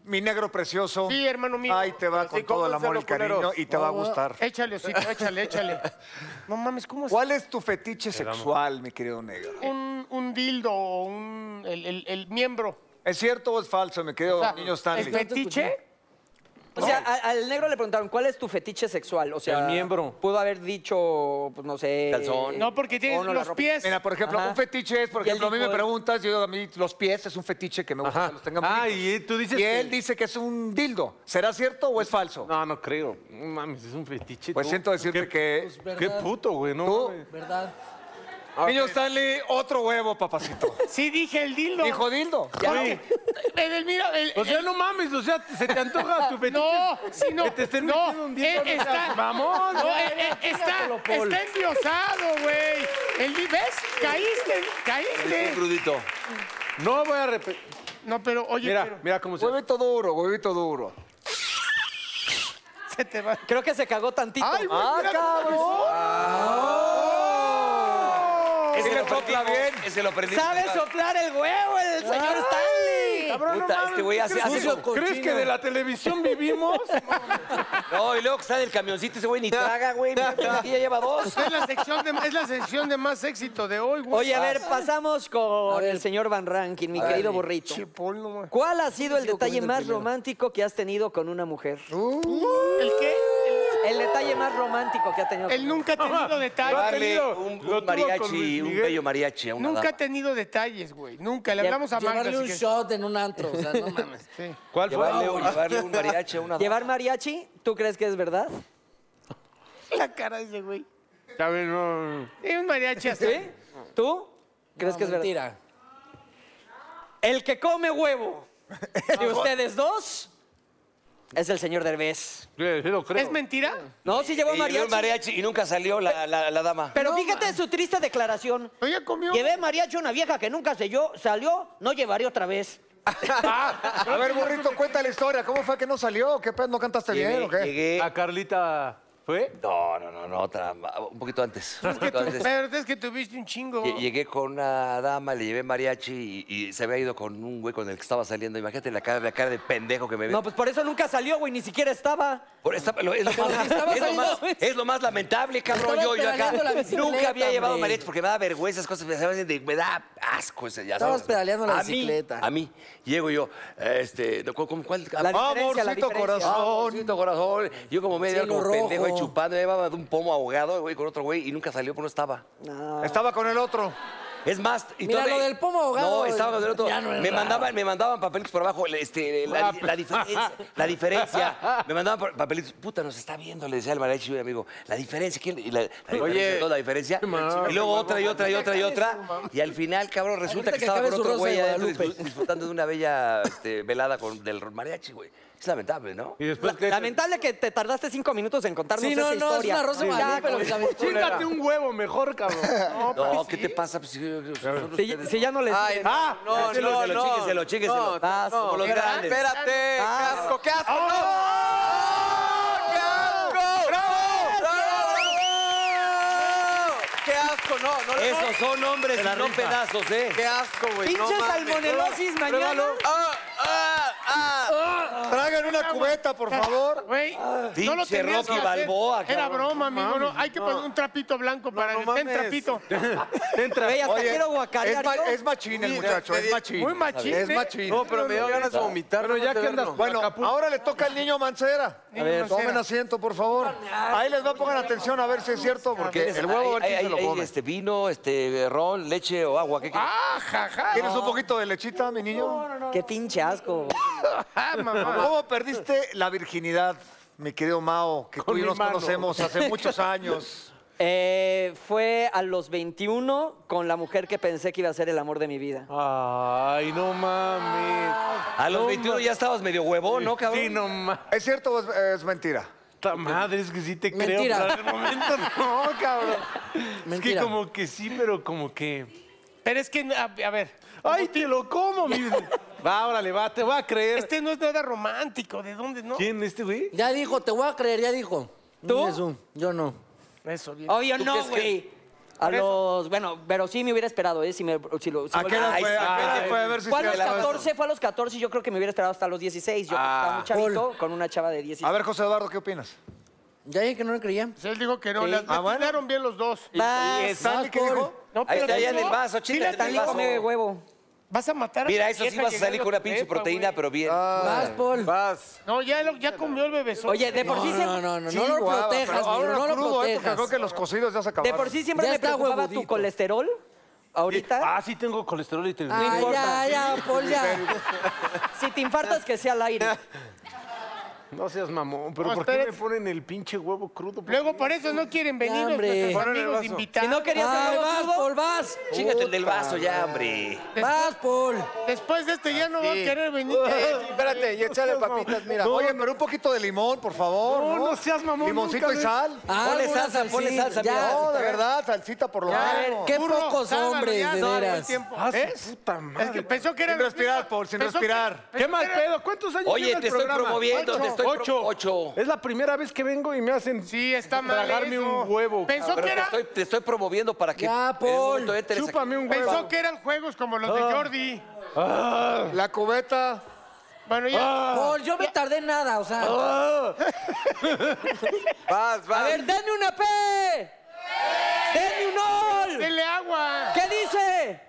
S5: mi negro precioso.
S4: Sí, hermano mío.
S5: Ahí te va con
S2: Sí,
S5: todo el amor y el
S2: cómprenselo,
S5: cariño
S2: culeros.
S5: y te va a gustar.
S4: Échale, osito, échale, échale. No mames, ¿cómo es?
S5: ¿Cuál es tu fetiche sexual, mi querido negro?
S4: Un, un dildo o un. El, el- el miembro.
S5: ¿Es cierto o es falso, mi querido
S4: O sea,
S5: niño
S4: ¿Es
S5: Stanley?
S4: fetiche?
S1: O sea, a- al negro le preguntaron, ¿cuál es tu fetiche sexual? O sea,
S6: El miembro.
S1: Pudo haber dicho, pues no sé.
S3: Calzón.
S4: No, porque tienes
S1: o no, la
S4: los
S1: ropa.
S4: pies.
S5: Mira, por ejemplo,
S1: Ajá.
S5: un fetiche es, por
S1: Y él
S5: ejemplo, a mí
S1: dijo
S5: me
S1: él.
S5: preguntas, yo digo, a mí los pies es un fetiche que me gusta
S6: Ajá.
S5: que los tengan
S6: Ah,
S5: bonitos.
S6: y tú dices
S5: Y él
S6: que-
S5: dice que es un dildo. ¿Será cierto o es falso?
S6: No, no creo. No mames, es un fetiche.
S5: Pues
S6: tú.
S5: siento decirte que...
S7: Pues, verdad,
S6: Qué puto, güey, no.
S5: Tú.
S6: mames.
S7: ¿Verdad?
S5: Niño Stanley, otro huevo, papacito.
S4: Sí, dije el dildo.
S5: Dijo dildo.
S4: Oye, en el, mira, el-
S6: O sea, no mames, o sea, se te antoja tu fetiche.
S4: No, sí, no.
S6: Que te estén
S4: no,
S6: metiendo un dildo,
S4: eh,
S6: no seas
S4: está,
S6: mamón.
S4: no, eh, eh, está,
S6: Imagínatelo, Paul.
S4: está endiosado, güey. El di- ¿Ves? Caíste,
S3: Qué
S4: caíste.
S3: crudito.
S6: No voy a repetir.
S4: No, pero oye,
S6: Mira,
S4: pero
S6: mira cómo se.
S5: Huevito duro, huevito duro.
S4: se te va.
S1: Creo que se cagó tantito.
S4: Ay, güey,
S5: ¡Ah,
S4: mira cómo
S5: cabrón!
S3: Ese
S5: Sí le
S3: lo
S5: sopla
S3: aprendimos,
S5: bien.
S3: Ese lo aprendimos.
S1: ¿Sabe soplar el huevo el señor Stanley?
S6: Ah, Cabrón, no
S3: Puta,
S6: mames,
S3: este güey
S6: ¿qué
S3: hace-
S6: crees?
S3: hace
S6: ¿Crees
S3: eso.
S6: ¿Crees que de la televisión vivimos?
S3: No, y luego que está en el camioncito, ese güey ni traga, güey. Aquí ya lleva dos.
S4: Es la sección de, es la sección de más éxito de hoy, güey.
S1: Oye, a ver, pasamos con el señor Van Rankin, mi querido borrito.
S4: Che, Paul, no, güey.
S1: ¿Cuál ha sido el
S7: Sigo
S1: detalle
S7: comiendo
S1: más
S7: primero.
S1: romántico que has tenido con una mujer?
S4: ¿El qué?
S1: El detalle más romántico que ha tenido.
S4: El, el nunca ha tenido detalles.
S3: Darle
S6: tenido.
S3: un, un
S6: Lo tuvo con Luis
S3: mariachi, un
S6: Miguel.
S3: bello mariachi a una
S4: Nunca ha
S3: dama.
S4: tenido detalles, güey. Nunca. Le hablamos a Magda.
S7: Llevarle un
S4: así que-
S7: shot en un antro, o sea, no mames.
S4: Sí.
S6: ¿Cuál
S3: Llevarle, un- llevarle un mariachi a una dama.
S1: ¿Llevar mariachi? ¿Tú crees que es verdad?
S4: La cara de ese güey.
S6: Ya ven, no.
S4: Es un mariachi hasta.
S1: ¿Sí? ¿Tú? ¿Crees
S7: No,
S1: que es verdad?
S7: mentira.
S1: El que come huevo. ¿Y ustedes dos? Es el señor Derbez.
S6: Yo sí lo creo.
S4: ¿Es mentira?
S1: No, sí llevó
S3: Y llevé
S1: mariachi.
S3: un mariachi y nunca salió la, la, la dama.
S1: Pero fíjate su triste declaración.
S4: Oye, comió.
S1: Llevé mariachi a una vieja que nunca se yo, salió, no llevaré otra vez.
S5: A ver, burrito, cuenta la historia. ¿Cómo fue que no salió? ¿Qué pedo? ¿No cantaste bien
S3: Llegué,
S5: o qué?
S3: llegué.
S6: ¿A Carlita fue?
S3: No, no, no, no, otra. Un poquito antes. Un
S4: Es que
S3: poquito
S4: tú,
S3: antes.
S4: pero es que tuviste un chingo.
S3: Lle- Llegué con una dama, le llevé mariachi y, y se había ido con un güey con el que estaba saliendo. Imagínate la cara, la cara de pendejo que me ve.
S1: No, pues por eso nunca salió, güey, ni siquiera estaba.
S3: Por- está- lo- es, lo más,
S7: estaba
S3: es lo más-
S1: saliendo.
S3: es lo más lamentable, cabrón.
S7: Estaba
S3: Yo, yo acá
S7: pedaleando la bicicleta,
S3: nunca había llevado
S7: hombre.
S3: mariachi porque me da vergüenza esas cosas. Me, saben de- me da asco. Ese, ya
S7: Estabas
S3: sabes.
S7: pedaleando la
S3: A mí,
S7: bicicleta.
S3: a mí. Llego yo, este, no, ¿cómo- cuál? Ah,
S1: La diferencia, la
S5: Amorcito
S1: diferencia.
S5: corazón.
S3: Amorcito corazón. Yo como medio
S7: Cielo
S3: como pendejo
S7: rojo.
S3: y chupando, llevaba de un pomo ahogado, güey, con otro güey y nunca salió, porque no estaba.
S5: Estaba con el otro.
S3: Es más, y
S7: Mira,
S3: todavía-
S7: lo del pomo ahogado, eh.
S3: No, estaba del otro.
S7: ya no es raro. Ah,
S3: me
S7: pues.
S3: mandaban, me mandaban papelitos por abajo, le- este, la, la diferencia, la diferencia. Me mandaban pa- papelitos, puta, nos está viendo, le decía al mariachi, mi amigo, la diferencia, ¿quién? Y la, la diferencia, toda la diferencia. Y luego otra y otra y otra y otra. Y al final, cabrón,
S7: Ahorita
S3: resulta que
S7: que
S3: estaba
S7: acabe
S3: con
S7: su
S3: otro
S7: Rosa de
S3: güey adentro
S7: Guadalupe.
S3: disfrut- disfrutando de una bella este, velada con, del mariachi, güey. Es lamentable, ¿no?
S6: Y después
S1: La-
S6: que.
S1: lamentable que te tardaste cinco minutos en contarnos
S7: Sí, no,
S1: esa
S7: no, es
S1: historia.
S7: una rosa de
S1: Ya,
S7: Guadalupe, lo
S1: güey.
S7: que sabes.
S6: Chíngate un huevo mejor, cabrón.
S3: No, ¿qué te pasa? Pues, si- nosotros
S1: Si,
S3: tenemos-
S1: si ya no le
S2: Ay,
S1: sirve.
S2: ah, no,
S3: Ese lo-
S2: no,
S3: se lo
S2: no.
S3: chingue, se lo chingue, se lo-
S1: Ah,
S3: no,
S1: como los
S3: espera,
S1: grandes.
S2: Espérate, qué
S1: Ah.
S2: asco, qué asco. ¡No! ¡Qué asco! ¡Bravo! ¡Bravo! ¡Qué asco! No, no le
S3: Esos son hombres y no pedazos, ¿eh?
S2: ¡Qué asco, güey!
S1: Pinche
S2: no mames.
S1: salmonelosis mañana.
S2: Pruébalo. ¡Ah! ¡Ah!
S3: Ah.
S5: en
S7: Ah,
S5: una cubeta, por favor.
S4: Güey,
S2: Ah,
S4: no lo
S3: pinche
S4: tenías
S3: Rocky
S4: que hacer.
S3: Balboa,
S4: Era
S3: cabrón.
S4: broma, amigo. No, hay que poner un trapito blanco para
S2: no
S4: que ten
S2: mames.
S4: trapito.
S1: Güey, hasta
S5: Oye,
S1: quiero guacarear
S5: es, ma-
S1: yo.
S5: es machín el muchacho, es machín.
S4: Muy machín,
S5: Es
S4: ¿eh?
S5: machín.
S2: No, pero me dio ganas de vomitar.
S6: Pero
S2: nada más
S6: ya
S2: de
S6: que andas-
S2: verlo.
S5: Bueno,
S6: Acapulco.
S5: ahora le toca al niño Mancera.
S4: Niño A ver. Mancera.
S5: Tomen asiento, por favor. Ahí les va, pongan atención a ver si es cierto, porque el huevo a ver
S3: Hay-
S5: quién se
S3: hay-
S5: lo
S3: hay,
S5: come.
S3: este vino, este ron, leche o agua. ¿Qué quieres?
S4: Ah, jaja.
S5: ¿Quieres un poquito de lechita, mi niño?
S1: Qué pinche asco.
S4: Ah, mamá.
S5: ¿Cómo perdiste la virginidad, mi querido Mao, que tú y
S6: mi
S5: yo nos
S6: mano.
S5: conocemos hace muchos años?
S1: Eh, fue a los 21 con la mujer que pensé que iba a ser el amor de mi vida.
S6: Ay, no mames.
S3: A los 21 ya estabas medio huevón, ¿no, cabrón?
S6: Sí, no mames.
S5: ¿Es cierto o es, es mentira?
S6: madre, es que sí te creo.
S7: Mentira.
S6: pero en el momento no, cabrón. Es que
S7: Mentira.
S6: como que sí, pero como que...
S4: Pero es que, a, a ver,
S6: ¡Ay, te lo como, mi... Va, órale, va, te voy a creer.
S4: este no es nada romántico. ¿De dónde no?
S6: ¿Quién, este güey?
S7: Ya dijo, te voy a creer, ya dijo.
S1: ¿Tú?
S7: Eso, yo no.
S4: Eso, bien.
S1: Obvio no, güey. A los... Bueno, pero sí me hubiera esperado, ¿eh? Si me, si lo, si
S5: ¿A qué edad
S1: volviera-
S5: fue? ¿A qué edad fue? A ver si
S1: Fue a
S5: se
S1: los
S5: aclaró eso.
S1: 14, fue a los 14 y yo creo que me hubiera esperado hasta los 16. Yo estaba muy chavito con una chava de 16.
S5: A ver, José Eduardo, ¿qué opinas?
S7: Ya dije que no le creía.
S4: O sea, él dijo que no. Le
S5: Ah, bueno.
S4: atinaron bien los dos.
S1: Vas,
S5: Stanley qué dijo?
S4: No,
S3: Ahí está,
S4: le
S3: ya en el
S4: atinó.
S3: vaso,
S4: Sí,
S3: chica,
S4: le
S3: está en el
S4: atinó.
S3: vaso.
S1: come huevo.
S4: Vas a matar a
S3: Mira,
S4: mi
S3: eso sí
S4: vieja
S3: vas a salir
S4: llegando
S3: con una
S4: a
S3: pinche
S4: prepa,
S3: proteína,
S4: güey.
S3: pero bien.
S8: Ah,
S7: Vas, Paul.
S6: Vas.
S4: No, ya, lo- ya comió el bebesote.
S1: Oye, de por
S7: No,
S1: sí
S7: no,
S1: siempre...
S7: no, no, no,
S5: Chihuahua,
S7: lo protejas, amigo,
S5: pero ahora
S7: no lo
S5: crudo, ¿eh? Porque
S7: protejas.
S5: creo que los cocidos ya se acabaron.
S1: De por sí siempre
S7: Ya
S1: me
S7: está
S1: preocupaba tu
S7: huevudito.
S1: colesterol. Ahorita,
S6: Ah, sí tengo colesterol y te...
S7: Ay, ya, Ah, ya, Paul, ya.
S1: si te infartas, que sea al aire.
S6: No seas mamón, pero
S4: No,
S6: ¿por qué me
S4: espérate.
S6: ponen el pinche huevo crudo?
S4: Luego por eso no quieren venir
S7: Ya, hombre.
S4: nuestros
S6: Ponle el
S4: amigos
S6: vaso.
S4: invitados.
S1: Si no querías
S8: Ah,
S7: Ay,
S1: algo
S7: vas,
S1: crudo,
S7: Paul, vas.
S3: Chíngate el del vaso ya, hombre.
S7: Vas, Paul.
S4: Después de este ya no va a querer venir. Eh,
S5: Espérate, y échale papitas, mira. Oye, pero un poquito de limón, por favor.
S6: No, no seas mamón,
S5: Limoncito
S6: nunca
S5: y
S6: me-
S5: sal.
S7: Ah,
S3: Ponle
S7: alguna
S3: salsa, ponle
S7: salsita,
S3: salsa,
S7: ya.
S5: No, Oh, de verdad, salsita por lo menos.
S7: Qué
S4: Burro,
S7: pocos
S4: sálvalo,
S7: hombres,
S4: ya,
S7: de
S4: no,
S7: veras.
S4: el tiempo.
S6: Ah, su
S4: ¿Ves?
S6: puta madre.
S4: Es que pensó que era...
S5: Sin respirar, Paul, sin
S4: pensó que-
S5: respirar.
S6: ¿Qué
S4: pensó
S6: mal
S4: que era-
S6: pedo? ¿Cuántos años
S3: Oye,
S6: lleva el
S3: te estoy
S6: programa?
S3: promoviendo, te
S6: Ocho.
S3: estoy pro-
S6: Ocho.
S3: ocho.
S6: Es la primera vez que vengo y me hacen
S4: Sí, está mal
S6: tragarme
S4: eso.
S6: un huevo.
S4: Pensó
S3: Pero
S4: que
S3: te
S4: era...
S3: estoy, te estoy promoviendo para que
S7: Ya,
S3: en un
S7: Ah, Paul.
S3: momento entres aquí.
S6: Chúpame un huevo. Ah,
S4: Pensó que eran juegos como los de Jordi.
S5: La cubeta.
S4: Bueno, ya.
S7: Paul, yo me tardé en nada, o sea.
S6: ah,
S2: Vas, vas.
S1: A ver, denme una P. Denme un ol.
S4: Denle agua.
S1: ¿Qué dice?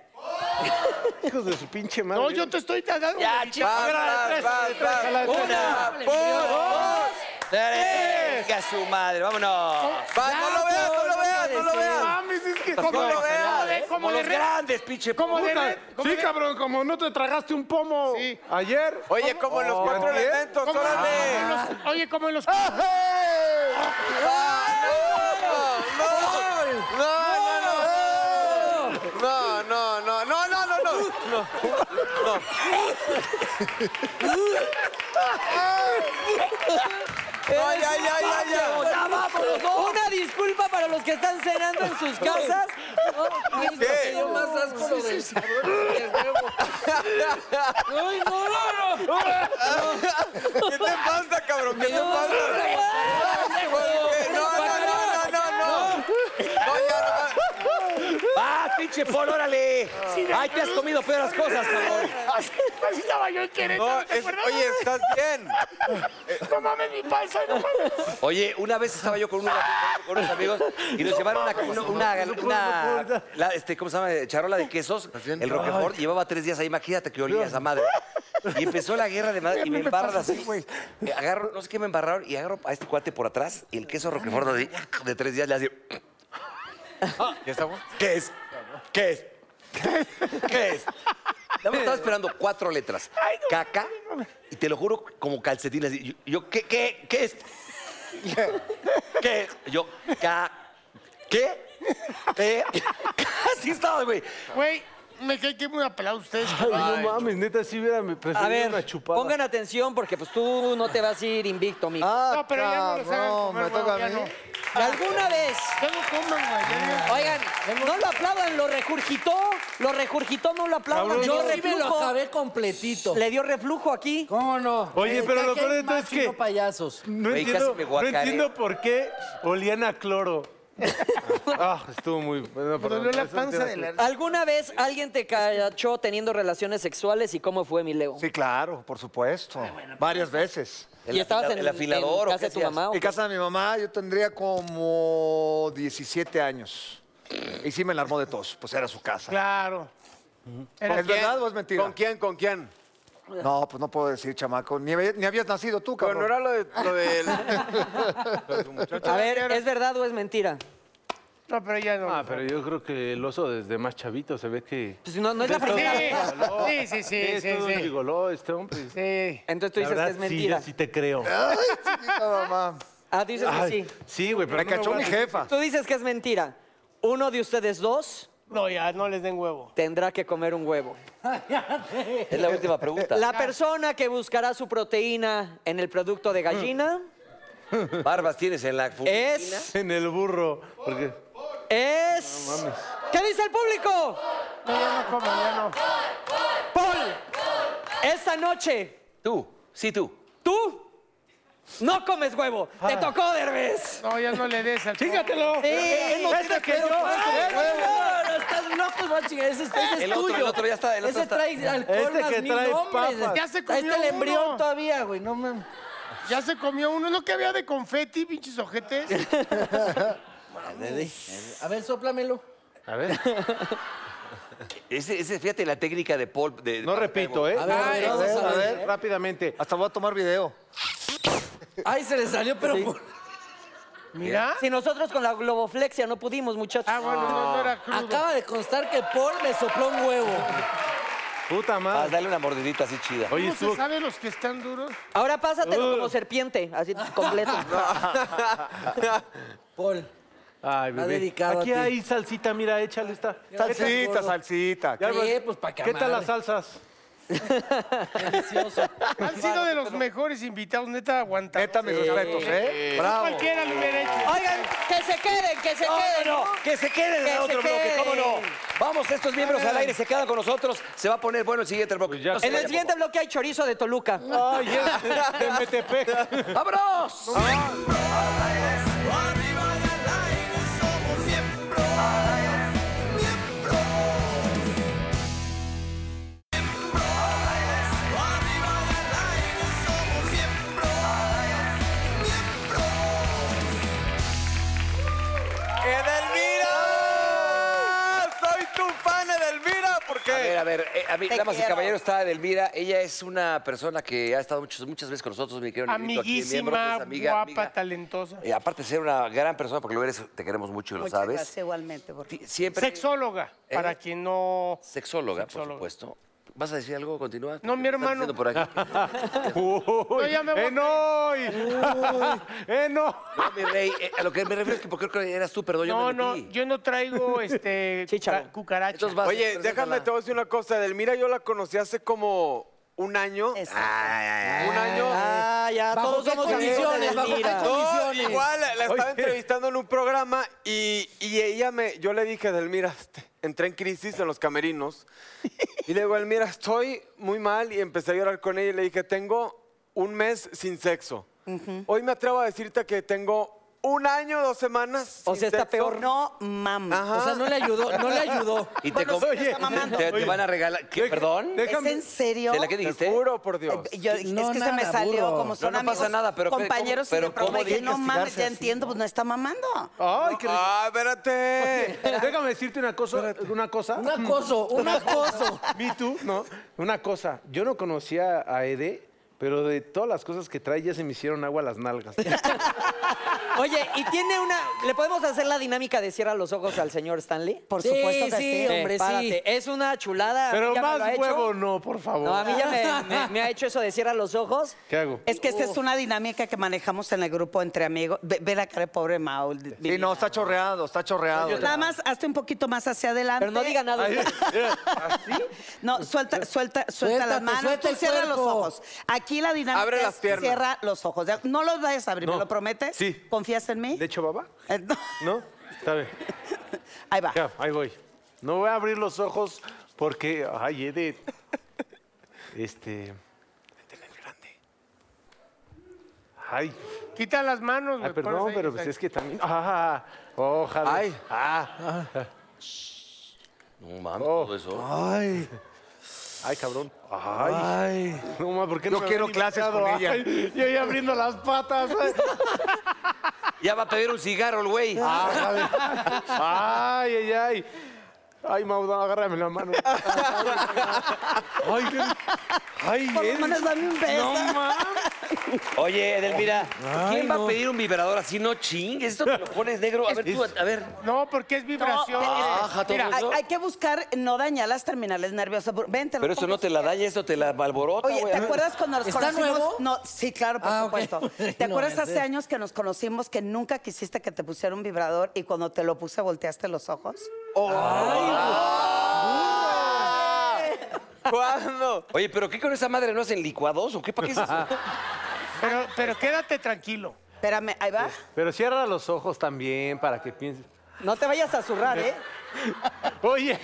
S6: Hijos de su pinche madre.
S4: No, yo te estoy dando...
S3: Ya,
S4: una-
S3: chica. Vas, vas, vas, vas. Una, dos, tres. Que a su madre, vámonos.
S2: Vas, no lo veas, no lo veas, no lo veas.
S6: mames, es que...
S4: Como
S6: No,
S4: de-
S6: no,
S4: como de-
S3: Como
S4: como de
S3: los
S4: re-
S3: grandes, pinche.
S4: como de
S6: puta.
S4: re- como
S6: Sí,
S4: de-
S6: cabrón, como no te tragaste un pomo
S4: Sí.
S6: ayer.
S2: Oye, como en los cuatro
S6: ¿antier?
S2: elementos,
S4: como-
S2: órale.
S4: como en los- Oye, como en los...
S2: No, no, no, no, no, no, no.
S1: Ay,
S2: ay, ay, ay, ay.
S1: Una disculpa para los que están cenando en sus casas.
S7: Oh,
S2: ¿Qué?
S7: Yo más asco lo de- Ay, no, no, no.
S2: ¿Qué te pasa, cabrón? ¿Qué te pasa? ¿Qué? No, no, no, no, no, no. No, ya no. va.
S3: ¡Ah, pinche Paul, órale! ¡Ay, te has comido peores cosas, cabrón!
S4: Así así estaba yo en
S2: No,
S4: Querétaro, ¿te
S2: es-
S4: acuerdas?
S2: oye, ¿estás bien?
S4: No mames, mi panza, no mames.
S3: Oye, una vez estaba yo con, unos- con unos amigos y nos llevaron una, una, una- una- la- este, ¿cómo se llama? Charola de quesos, el Roquefort, llevaba tres días ahí, imagínate que olía esa madre. Y empezó la guerra de madre y me embarran así, güey. Eh, Agarro, no sé qué me embarraron y agarro a este cuate por atrás y el queso Roquefort así, de tres días le hace...
S2: ¿Ya está bueno?
S3: ¿Qué es? ¿Qué es? ¿Qué es? Ya me estaba esperando cuatro letras. Caca. Y te lo juro, como calcetines. Yo, yo, ¿qué, qué, qué es? ¿Qué? Yo, ca, ¿qué? ¿Qué? Así estaba, güey.
S4: Güey, me cae que me aplaudan ustedes.
S6: Ay, no mames, neta, sí hubiera me
S1: A
S6: preferido
S1: ver,
S6: una chupada.
S1: pongan atención porque pues tú no te vas a ir invicto, mijo.
S5: Ah,
S4: No, pero ya no los hagan
S5: cabrón,
S4: comer
S5: me toca
S4: huevo,
S5: a
S4: ya
S5: mí.
S4: no.
S1: Y alguna vez,
S4: Ya no coman, güey. ya no.
S1: oigan, no lo aplaudan, lo regurgitó, lo regurgitó, no lo aplaudan.
S7: Yo
S1: dio
S7: sí me lo
S1: reflujo.
S7: acabé completito.
S1: Le dio reflujo aquí.
S7: ¿Cómo no?
S6: Oye, pero lo
S7: que
S6: peor
S7: hay
S6: de todo es
S7: más y
S6: que-
S7: no payasos.
S6: No
S3: Güey, casi
S6: entiendo,
S3: me
S6: no
S3: guacareo.
S6: entiendo por qué olían a cloro. Ah, estuvo muy. Bueno,
S4: Me
S6: perdón,
S4: dolió la
S6: eso no
S4: panza
S6: tiene-
S4: de la...
S1: ¿Alguna vez alguien te cachó teniendo relaciones sexuales y cómo fue mi Leo?
S5: Sí, claro, por supuesto. Varias veces.
S1: ¿Y estabas en,
S3: el afilador
S1: en
S3: o
S1: casa
S3: qué
S1: de tu
S3: hacías?
S1: mamá? o
S5: En
S1: qué?
S5: casa de mi mamá yo tendría como 17 años. Y sí me la armó de tos, pues era su casa.
S4: Claro. Era-
S5: ¿Es verdad o es mentira?
S2: ¿Con quién? ¿Con quién?
S5: No, pues no puedo decir, chamaco. Ni, había- ni habías nacido tú,
S2: Pero
S5: cabrón.
S2: no era lo de, lo del- lo de su muchacho.
S1: A ver, ¿es verdad o es mentira?
S4: No, pero ya no.
S6: Ah, pero yo creo que el oso desde más chavito se ve que.
S1: Pues no, no es la primera vez.
S4: Sí, sí, sí, sí,
S6: es
S4: sí.
S6: todo un
S4: sí.
S6: gigoló este hombre.
S4: Sí.
S1: Entonces tú
S6: La
S1: dices
S6: verdad,
S1: que es mentira.
S6: Sí, yo sí te creo.
S5: Chiquita mamá.
S1: Ah, tú dices que
S6: Ay,
S1: sí.
S6: sí, güey, pero.
S5: Me
S6: no lo
S5: cachó
S6: voy a
S5: mi
S6: decir.
S5: jefa.
S1: Tú dices que es mentira. Uno de ustedes dos
S4: No, ya, no les den huevo.
S1: tendrá que comer un huevo.
S3: Es la última pregunta.
S1: La persona que buscará su proteína en el producto de gallina
S3: Barbas tienes en la
S1: Eh.
S3: fu-
S1: es...
S6: En el burro. Porque.
S1: Es... ¿Qué dice el público?
S4: No, ya no coman, ya no.
S1: Paul, esta noche,
S3: Tú, sí, tú.
S1: tú no comes huevo.
S6: Ah.
S1: Te tocó, Derbez.
S4: No, ya no le des al... ¡Chígatelo!
S1: Sí,
S6: Esta que yo.
S7: No, no, estás loco, voy a chingar. Ese, ese es
S3: El
S7: tuyo.
S3: otro, el otro ya está, el otro
S7: ese
S3: está.
S7: trae alcohol
S6: Este
S7: más
S6: que
S7: mil
S6: trae
S7: nombres.
S6: papas.
S4: Ya se comió
S7: Está el embrión
S4: uno.
S7: todavía, güey. No mames.
S4: Ya se comió uno, ¿no? Que había de confeti, pinches ojetes.
S7: A ver, sóplamelo.
S6: A ver,
S3: Ese, ese, fíjate la técnica de Paul. de-
S6: no repito, ¿eh?
S7: A ver, a ver,
S6: a
S7: vamos
S6: ver,
S7: a
S6: a
S7: ver.
S6: ver, rápidamente.
S5: Hasta voy a tomar video.
S7: Ay, se le salió, pero por-
S4: Mira.
S1: Si nosotros con la globoflexia no pudimos, muchachos.
S4: Ah, bueno, no, no era crudo.
S7: acaba de constar que Paul me sopló un huevo.
S6: Puta
S3: Ah,
S6: madre.
S3: dale una mordidita así chida.
S6: Oye,
S4: ¿Cómo se
S6: estuvo.
S4: sabe los que están duros?
S1: Ahora pásatelo
S6: Uh.
S1: como serpiente, así completo.
S7: Paul.
S6: Ay,
S7: Va
S6: bebé.
S7: dedicado a
S6: Aquí
S7: ti.
S6: hay salsita, mira, échale esta.
S7: Gracias,
S5: Salsita,
S7: gordo.
S5: salsita.
S6: Ya,
S7: Sí, pues para que
S6: ¿Qué tal
S7: amarre.
S6: las salsas?
S7: Delicioso.
S4: Han sido de los mejores invitados, neta, aguanta.
S5: Neta, mis respetos, ¿eh?
S4: No
S5: Bravo.
S4: cualquiera lo hubiera hecho.
S1: Oigan, que se queden, que se queden.
S3: Que se queden en
S1: Que
S3: el
S1: se
S3: otro bloque,
S1: queden.
S3: ¿cómo no? Vamos, estos miembros al aire se quedan con nosotros. Se va a poner bueno el siguiente bloque.
S6: Pues ya.
S3: No se
S1: En el
S3: vaya,
S1: siguiente bloque hay chorizo de Toluca.
S6: Ay, es de Metepec.
S3: por favor. ¡Vámonos!
S2: ¡Edelmira! ¡Soy tu fan, Edelmira! Porque
S3: A ver, a ver, eh, a mí,
S1: Te
S3: damas y
S1: quiero.
S3: caballeros, está Edelmira. Ella es una persona que ha estado muchas, muchas veces con nosotros, mi querido Negrito, aquí, miembro,
S4: Amiguísima,
S3: es amiga,
S4: guapa,
S3: amiga.
S4: talentosa.
S3: Eh, aparte de ser una gran persona, porque lo eres, te queremos mucho y lo sabes.
S8: igualmente. Por...
S3: Ti- Siempre.
S4: Sexóloga,
S3: ¿Eh?
S4: para quien no...
S3: Sexóloga,
S4: Sexóloga.
S3: por supuesto. ¿Vas a decir algo? Continúa.
S4: No, mi
S3: ¿Qué estás
S4: hermano.
S3: diciendo por aquí?
S4: No, ya me voy. Uh,
S6: ¡Eh, no! y- ¡Eh, no!
S3: No, mi rey, eh, a lo que me refiero es que porque creo que eras tú, perdón, yo
S4: No,
S3: me
S4: no,
S3: metí.
S4: yo no traigo este
S1: Chícharo.
S4: cuca- cucaracha.
S3: Entonces vas,
S2: Oye,
S3: preséntala.
S2: déjame, te voy a decir una cosa. Edelmira, yo la conocí hace como un año. Un año.
S1: Ah, ya,
S7: ¿Bajo
S1: todos
S7: qué
S1: somos amigos
S7: condiciones?
S1: de
S7: ¿Bajo qué
S1: Elvira.
S2: No,
S7: condiciones?
S2: igual, la estaba entrevistando en un programa y, y ella me, yo le dije, Edelmira, este, entré en crisis en los camerinos. Y le digo, Edelmira, estoy muy mal y empecé a llorar con ella y le dije, tengo un mes sin sexo. Hoy me atrevo a decirte que tengo un año, dos semanas.
S1: O
S2: sin
S1: sea, está
S2: sexo.
S1: peor.
S8: No mames.
S3: Ah,
S2: Ajá.
S7: O sea, no le ayudó, no le ayudó.
S3: Y te, com- te- te van a regalar. ¿Qué? ¿Perdón?
S8: ¿Es en serio?
S3: ¿De la que
S2: Te
S3: dijiste?
S2: juro por Dios.
S8: Eh, yo-
S7: No,
S8: es que se me
S7: nada,
S8: salió,
S7: burro.
S8: como son
S3: no
S8: amigos,
S3: pasa nada, pero ¿qué-
S8: compañeros
S3: cómo-
S8: y
S3: pero
S8: de programa,
S3: cómo
S8: dije,
S3: digas
S8: no mames, ya entiendo, pues no está mamando.
S6: ¡Ay, qué rico.
S2: Ah, espérate.
S6: Déjame decirte una cosa. Una cosa.
S7: Un acoso, un acoso.
S6: Me Too, ¿no? Una cosa. Yo no conocía a Ede, pero de todas las cosas que trae ya se me hicieron agua las nalgas.
S1: Oye, y tiene una. ¿Le podemos hacer la dinámica de cierra los ojos al señor Stanley?
S8: Por
S7: Sí,
S8: supuesto que
S7: sí,
S8: sí.
S7: hombre,
S1: Eh, párate, Es una chulada. a mí
S6: Pero
S1: ya me lo ha
S6: más
S1: hecho.
S6: huevo no, por favor.
S1: No, a mí ya me, me- me ha hecho eso de cierra los ojos.
S6: ¿Qué hago?
S8: Es que esta es una dinámica que manejamos en el grupo entre amigos. Ve, ve la cara de pobre Maul. mi
S5: Sí, no,
S8: vida.
S5: está chorreado, está chorreado.
S8: Nada más, hazte un poquito más hacia adelante.
S1: Pero no diga nada.
S8: No, suelta, suelta, suelta
S7: Suéltate,
S8: las manos.
S7: suelta
S8: Tú
S7: el
S8: cierra
S7: cuerpo.
S8: los ojos. Aquí la dinámica
S2: Abre las
S8: es
S2: piernas.
S8: cierra los ojos. Ya, No los vayas a abrir, ¿me
S6: No.
S8: lo prometes?
S6: Sí.
S8: ¿Confías en mí?
S6: ¿De hecho, baba?
S8: Eh, no.
S6: ¿No? Está bien.
S8: Ahí va.
S6: Ya, ahí voy. No voy a abrir los ojos porque. Ay, Ede. Este. Ay.
S4: Quita las manos,
S6: Ay,
S4: güey.
S6: perdón, pero pues es que también. ¡Ah! ¡Ojalá!
S2: Ay.
S6: ¡Ah!
S3: No mames,
S6: Oh.
S3: todo eso.
S6: ¡Ay! ¡Ay, cabrón! ¡Ay! No mames, ¿por qué no
S5: Yo
S6: me
S5: quiero
S6: habían
S5: clases
S6: invitado?
S5: con ella.
S6: Ay, yo ya abriendo las patas. ¿eh? ay.
S3: Ya va a pedir un cigarro el güey.
S6: Ah, ¡Ay, ay, ay! Ay, Mauda, agárrame la mano. ¡Ay, qué... ¡Ay,
S8: Por lo
S6: eres-
S8: menos dame un beso.
S6: ¡No mames!
S3: Ah, Oye, Edelmira,
S6: Ay,
S3: ¿quién va
S6: no.
S3: a pedir un vibrador así? No chingues, esto te lo pones negro. A ver, tú, a ver.
S4: No, porque es vibración.
S3: Baja todo
S4: Mira,
S8: Hay,
S3: eso.
S8: hay que buscar no dañar las terminales nerviosas. Ven, te lo
S3: Pero eso no
S8: pongo.
S3: te la daña, esto te la malborota,
S8: Oye,
S3: güey.
S8: ¿te acuerdas cuando nos
S7: ¿Está
S8: conocimos?
S7: nuevo?
S8: No, sí, claro, por
S7: Ah, ok.
S8: supuesto. ¿Te
S7: No,
S8: acuerdas
S7: ya
S8: hace
S7: sé.
S8: años que nos conocimos que nunca quisiste que te pusiera un vibrador y cuando te lo puse volteaste los ojos?
S2: ¿Cuándo?
S3: Oye, ¿pero qué con esa madre no hacen licuados o qué? ¿Para qué es eso?
S4: pero, pero quédate tranquilo.
S8: Espérame, ahí va.
S6: Pero cierra los ojos también para que pienses.
S1: No te vayas a zurrar, ¿eh?
S6: Oye,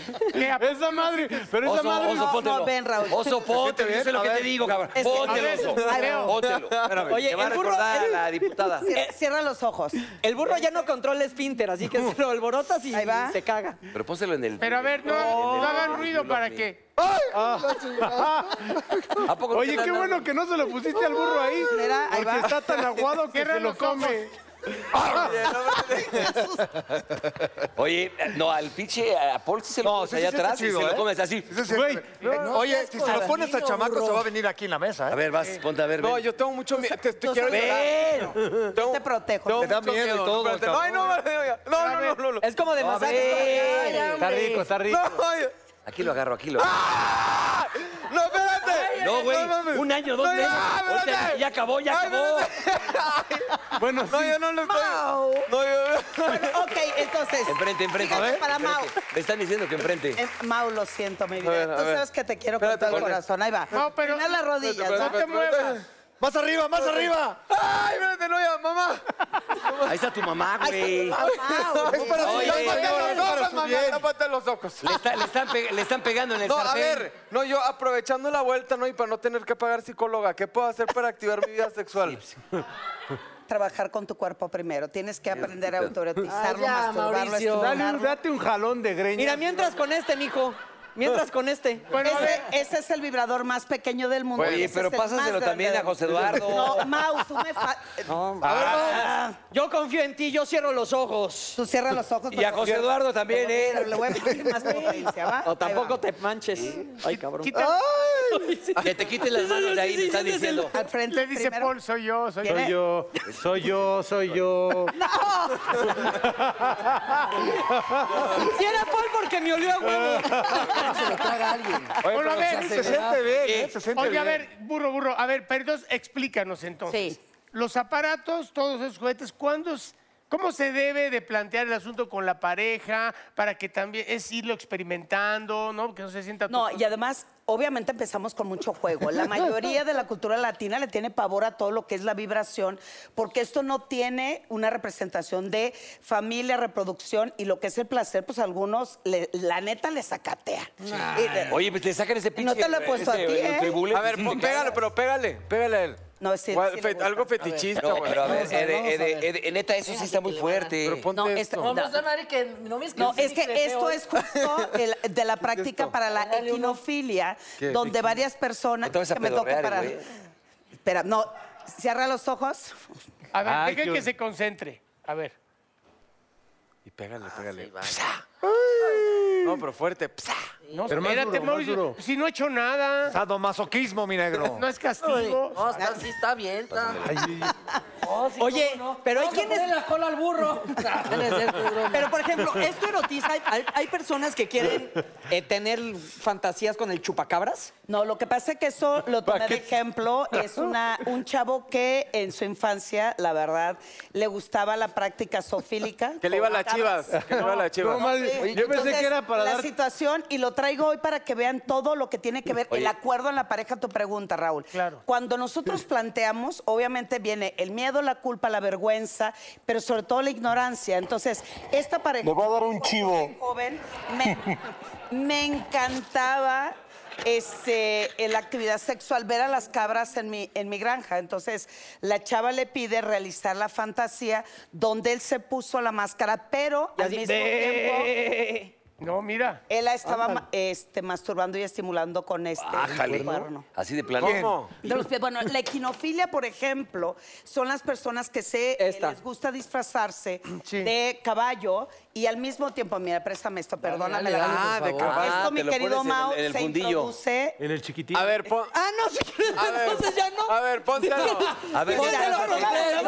S6: esa madre, pero esa
S3: Oso,
S6: madre.
S3: oso,
S8: no,
S3: póntelo.
S8: no, ven, Raúl.
S3: Oso, póntelo.
S2: bien?
S3: Eso es
S2: A
S3: lo que
S2: ver.
S3: te digo, cabrón.
S8: Es que-
S4: A
S3: Póntelo.
S4: ver, ahí veo.
S3: Póntelo.
S1: Oye,
S3: Te va a
S1: el burro-
S3: recordar a
S1: el-
S3: la diputada.
S8: Cier- Cierra los ojos.
S1: El burro ya no controla esfínter, así que se lo alborotas y
S8: Ahí va.
S1: se caga.
S3: Pero pónselo en el...
S4: Pero a ver, no, no hagan ruido para que.
S3: ¿A poco no
S6: Oye,
S3: te la
S6: qué
S3: dan?
S6: bueno que no se lo pusiste al burro ahí.
S8: Mira, ahí
S6: Porque
S8: va.
S6: está tan aguado que
S4: Cierra
S6: se lo
S4: los ojos.
S6: come.
S3: Oye, no, al pinche, a Paul sí ¿eh? se lo pones allá atrás y
S5: ¿eh?
S3: se lo comes así.
S6: Güey,
S5: Oye, si se lo pones a chamaco, se va a venir aquí en la mesa.
S3: A
S5: ¿eh?
S3: ver, vas, ponte a ver.
S2: No,
S3: ven.
S2: yo tengo mucho miedo. Te, te quiero llorar.
S3: ¡Ven!
S2: Tengo-
S8: Te protejo.
S2: tengo
S5: Te da
S2: mucho
S5: miedo y
S2: no,
S5: todo,
S2: espérate. No, ay, no, no, no, no, no, no.
S1: Es como de masaje. es como-
S6: está rico, está rico.
S2: No, ay,
S3: Eh, Aquí lo agarro, aquí lo agarro.
S2: no, espérate.
S3: No, güey,
S2: mames.
S3: un año, dos
S2: No,
S3: meses.
S2: ya, espérate.
S3: Ahorita ya acabó, ya
S2: Ay,
S3: acabó.
S6: Bueno,
S2: No, yo no lo estoy. No, yo.
S8: Bueno, ok, entonces.
S3: Enfrente, enfrente.
S8: fíjate
S3: A ver,
S8: para Mau.
S3: enfrente. Me están diciendo que enfrente.
S8: Eh, Mau, lo siento, mi vida.
S2: A ver, a
S8: Tú
S2: ver.
S8: sabes que te quiero con
S2: Espérate,
S8: todo el
S2: espérate.
S8: corazón. Ahí va.
S4: No, pero-
S8: Mira las rodillas.
S2: Espérate,
S8: ¿no?
S4: No te
S2: espérate,
S4: muevas.
S5: ¡Más arriba, más arriba!
S2: Ay, espérate, no, ya, mamá.
S3: Ahí está tu mamá, güey.
S8: Ay, Mau.
S5: Es para
S3: Oye,
S5: su bien,
S3: oye,
S5: señor, es para su bien.
S2: Tápate los ojos.
S3: Le, está- le están pe- le están pegando en el
S2: No, a
S3: sartén.
S2: ver, no, yo aprovechando la vuelta, ¿no? Y para no tener que pagar psicóloga, ¿qué puedo hacer para activar mi vida sexual?
S8: Trabajar con tu cuerpo primero. Tienes que aprender a autorizarlo,
S7: Ay, ya,
S8: masturbarlo,
S7: Mauricio.
S6: dale un-
S8: estimularlo.
S6: date un jalón de greña.
S1: Mira, mientras con este, mijo. Mientras con este.
S4: Bueno, a ver.
S8: Ese, ese es el vibrador más pequeño del mundo.
S3: Oye,
S8: Ese
S3: pero
S8: es el
S3: pásaselo
S8: más
S3: también
S8: grande
S3: a José
S8: del-
S3: Eduardo.
S8: No, Mau, tú me... fa-
S1: Yo confío en ti, yo cierro los ojos.
S8: Tú cierra los ojos.
S3: Y a José Eduardo también, ¿eh?
S8: Le voy a pedir más potencia, ¿va?
S1: O tampoco
S8: Ahí
S1: te manches. Ay, cabrón.
S4: Quita-
S3: Que te quiten las manos de ahí, me están diciendo.
S8: va. Al frente
S4: Le dice
S8: primero.
S4: Paul, soy yo, soy yo.
S8: ¿Quién
S6: Soy yo, soy yo, soy yo.
S1: Si era Paul porque me olió a huevo.
S7: Se lo traga alguien.
S4: Paul, a ver,
S5: Se siente bien, ¿eh? Se siente
S4: Oye, a
S5: bien.
S4: ver, burro, burro, a ver, pero entonces, explícanos entonces.
S8: Sí.
S4: Los aparatos, todos esos juguetes, ¿cuándo, es- ¿cómo se debe de plantear el asunto con la pareja para que también es irlo experimentando, ¿no? Que no se sienta...
S8: No,
S4: todo-
S8: y además, obviamente empezamos con mucho juego. La mayoría de la cultura latina le tiene pavor a todo lo que es la vibración, porque esto no tiene una representación de familia, reproducción y lo que es el placer, pues a algunos, le- la neta, les sacatean. Y de-
S3: Oye, pues te sacan ese pinche...
S8: No te lo he puesto a
S3: ese-
S8: ti,
S3: el
S8: ¿eh?
S3: tribulete,
S2: A ver,
S3: sí,
S2: pon-
S3: te
S2: pégale,
S3: cagas.
S2: pero pégale, pégale a él.
S8: No, sí,
S2: Guau,
S8: sí le
S2: fe-
S8: gusta.
S2: algo fetichista,
S3: No,
S2: güey.
S3: pero a ver,
S7: Vamos a ver,
S3: Ede,
S7: vamos a
S3: Ede,
S7: ver.
S3: Ede, neta, eso sí está muy fuerte.
S2: Pero ponte
S8: No,
S2: esto.
S8: esto,
S7: No,
S8: no.
S7: no, esa madre que no me
S8: No,
S7: escribiste
S8: es
S7: ni
S8: que
S7: feo,
S8: esto
S7: ¿eh?
S8: es justo el- de la práctica para la equinofilia, donde varias personas
S3: No te vas a
S8: que me toca
S3: pedorrear,
S8: para.
S3: güey.
S8: Espera, no, cierra los ojos.
S4: A ver,
S6: Ay,
S4: dejen
S6: qué-
S4: que se concentre. A ver.
S2: Y pégale, pégale. Psa. No, pero fuerte. Psa.
S4: No,
S6: Pero más
S4: espérate,
S6: duro, más
S4: Mauricio,
S6: duro.
S4: Si no he hecho nada,
S5: Sadomasoquismo, mi negro.
S4: no es castigo.
S7: No, está, sí está bien. Está. No, sí,
S1: Oye,
S7: cómo no.
S1: pero hay
S7: Vamos a
S1: quienes-
S7: ponerle la cola al burro. No, no es cierto, es broma.
S1: Pero, por ejemplo, esto erotiza. Hay- Hay, hay personas que quieren eh, tener fantasías con el chupacabras.
S8: No, lo que pasa es que eso lo tomé de
S6: qué?
S8: ejemplo. Es una, un chavo que en su infancia, la verdad, le gustaba la práctica sofílica.
S2: Que le iba a las
S8: las
S2: chivas. Que le iba a las
S6: No,
S2: chivas.
S6: mal, yo pensé
S8: Entonces,
S6: que era para
S8: la
S6: dar.
S8: situación y lo traigo hoy para que vean todo lo que tiene que ver el acuerdo en la pareja tu pregunta Raúl
S4: Claro.
S8: cuando nosotros planteamos obviamente viene el miedo la culpa la vergüenza pero sobre todo la ignorancia entonces esta pareja me va a dar un chivo joven me, me encantaba este, en la actividad sexual, ver a las cabras en mi, en mi granja. Entonces, la chava le pide realizar la fantasía donde él se puso la máscara, pero al mismo tiempo
S4: No, mira.
S8: él la estaba ma- este, masturbando y estimulando con este
S3: Ájale.
S8: cuerno.
S3: Así de plano.
S2: ¿Cómo?
S8: De los pies. Bueno, la equinofilia, por ejemplo, son las personas que se eh,
S1: Esta.
S8: les gusta disfrazarse
S4: Sí.
S8: de caballo y al mismo tiempo, mira, préstame esto, perdóname.
S7: dale,
S8: la-
S7: dale, por
S8: Ah, de
S7: favor.
S8: caballo.
S3: Ah,
S8: Esto,
S3: te
S8: mi
S3: lo
S8: querido
S3: pones en el-
S8: Mao,
S3: en el
S8: se
S3: fundillo.
S8: introduce.
S6: En el chiquitín.
S2: A ver, pon.
S1: Ah, no, si quieres,
S2: A ver,
S1: entonces ya no.
S2: A ver, póntelo.
S3: A ver,
S8: Póntelo,
S3: ya-
S8: Roberto.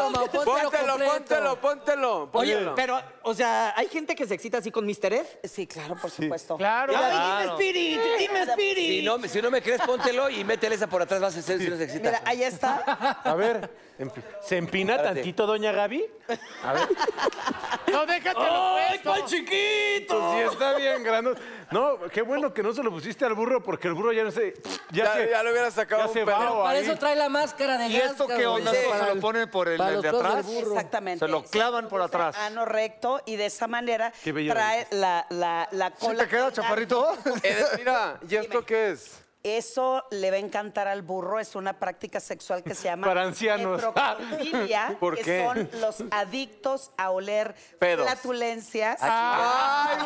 S7: Completo, Mau, póntelo
S2: Póntelo,
S7: completo.
S2: póntelo, póntelo.
S1: Oye,
S2: póntelo.
S1: pero, o sea, ¿hay gente que se excita así con Mr. Ed?
S8: Sí, claro, por supuesto.
S4: Claro.
S1: Ya,
S4: claro.
S1: Dime Spirit, dime Spirit.
S3: Si no, si no me crees, póntelo y métele esa por atrás, vas a ser si no se excita.
S8: Mira, ahí está.
S6: A ver. empi- ¿Se empina
S3: Espérate.
S6: tantito, doña Gaby?
S4: No, pues. déjate
S1: cuál chiquito!
S6: Pues sí, está bien, granote. No, qué bueno que no se lo pusiste al burro, porque el burro ya no se. Ya,
S2: Ya,
S6: se,
S2: ya le hubiera sacado
S6: ya
S2: un
S6: se
S2: pedo.
S6: va, o
S7: Para
S6: ahí.
S7: eso trae la máscara de
S5: ¿Y esto
S7: gas,
S5: qué
S7: cabrón.
S5: onda?
S7: Sí.
S5: ¿No se lo ponen por el-
S7: Para
S5: el
S7: los
S5: de
S7: pelos del
S5: atrás?
S7: burro.
S8: Exactamente.
S5: Se lo clavan por atrás.
S8: Ano recto y de esa manera
S6: Qué bello
S8: trae la, la, la
S5: ¿Sí
S8: cola.
S5: te queda, chaparrito?
S2: Eh, mira, ¿y esto qué es?
S8: Eso le va a encantar al burro. Es una práctica sexual que se llama
S6: Para ancianos.
S8: heterocofilia,
S2: ¿Por
S8: que
S2: qué?
S8: son los adictos a oler
S2: Pedos.
S8: flatulencias.
S5: Ah,
S2: ¡Ay,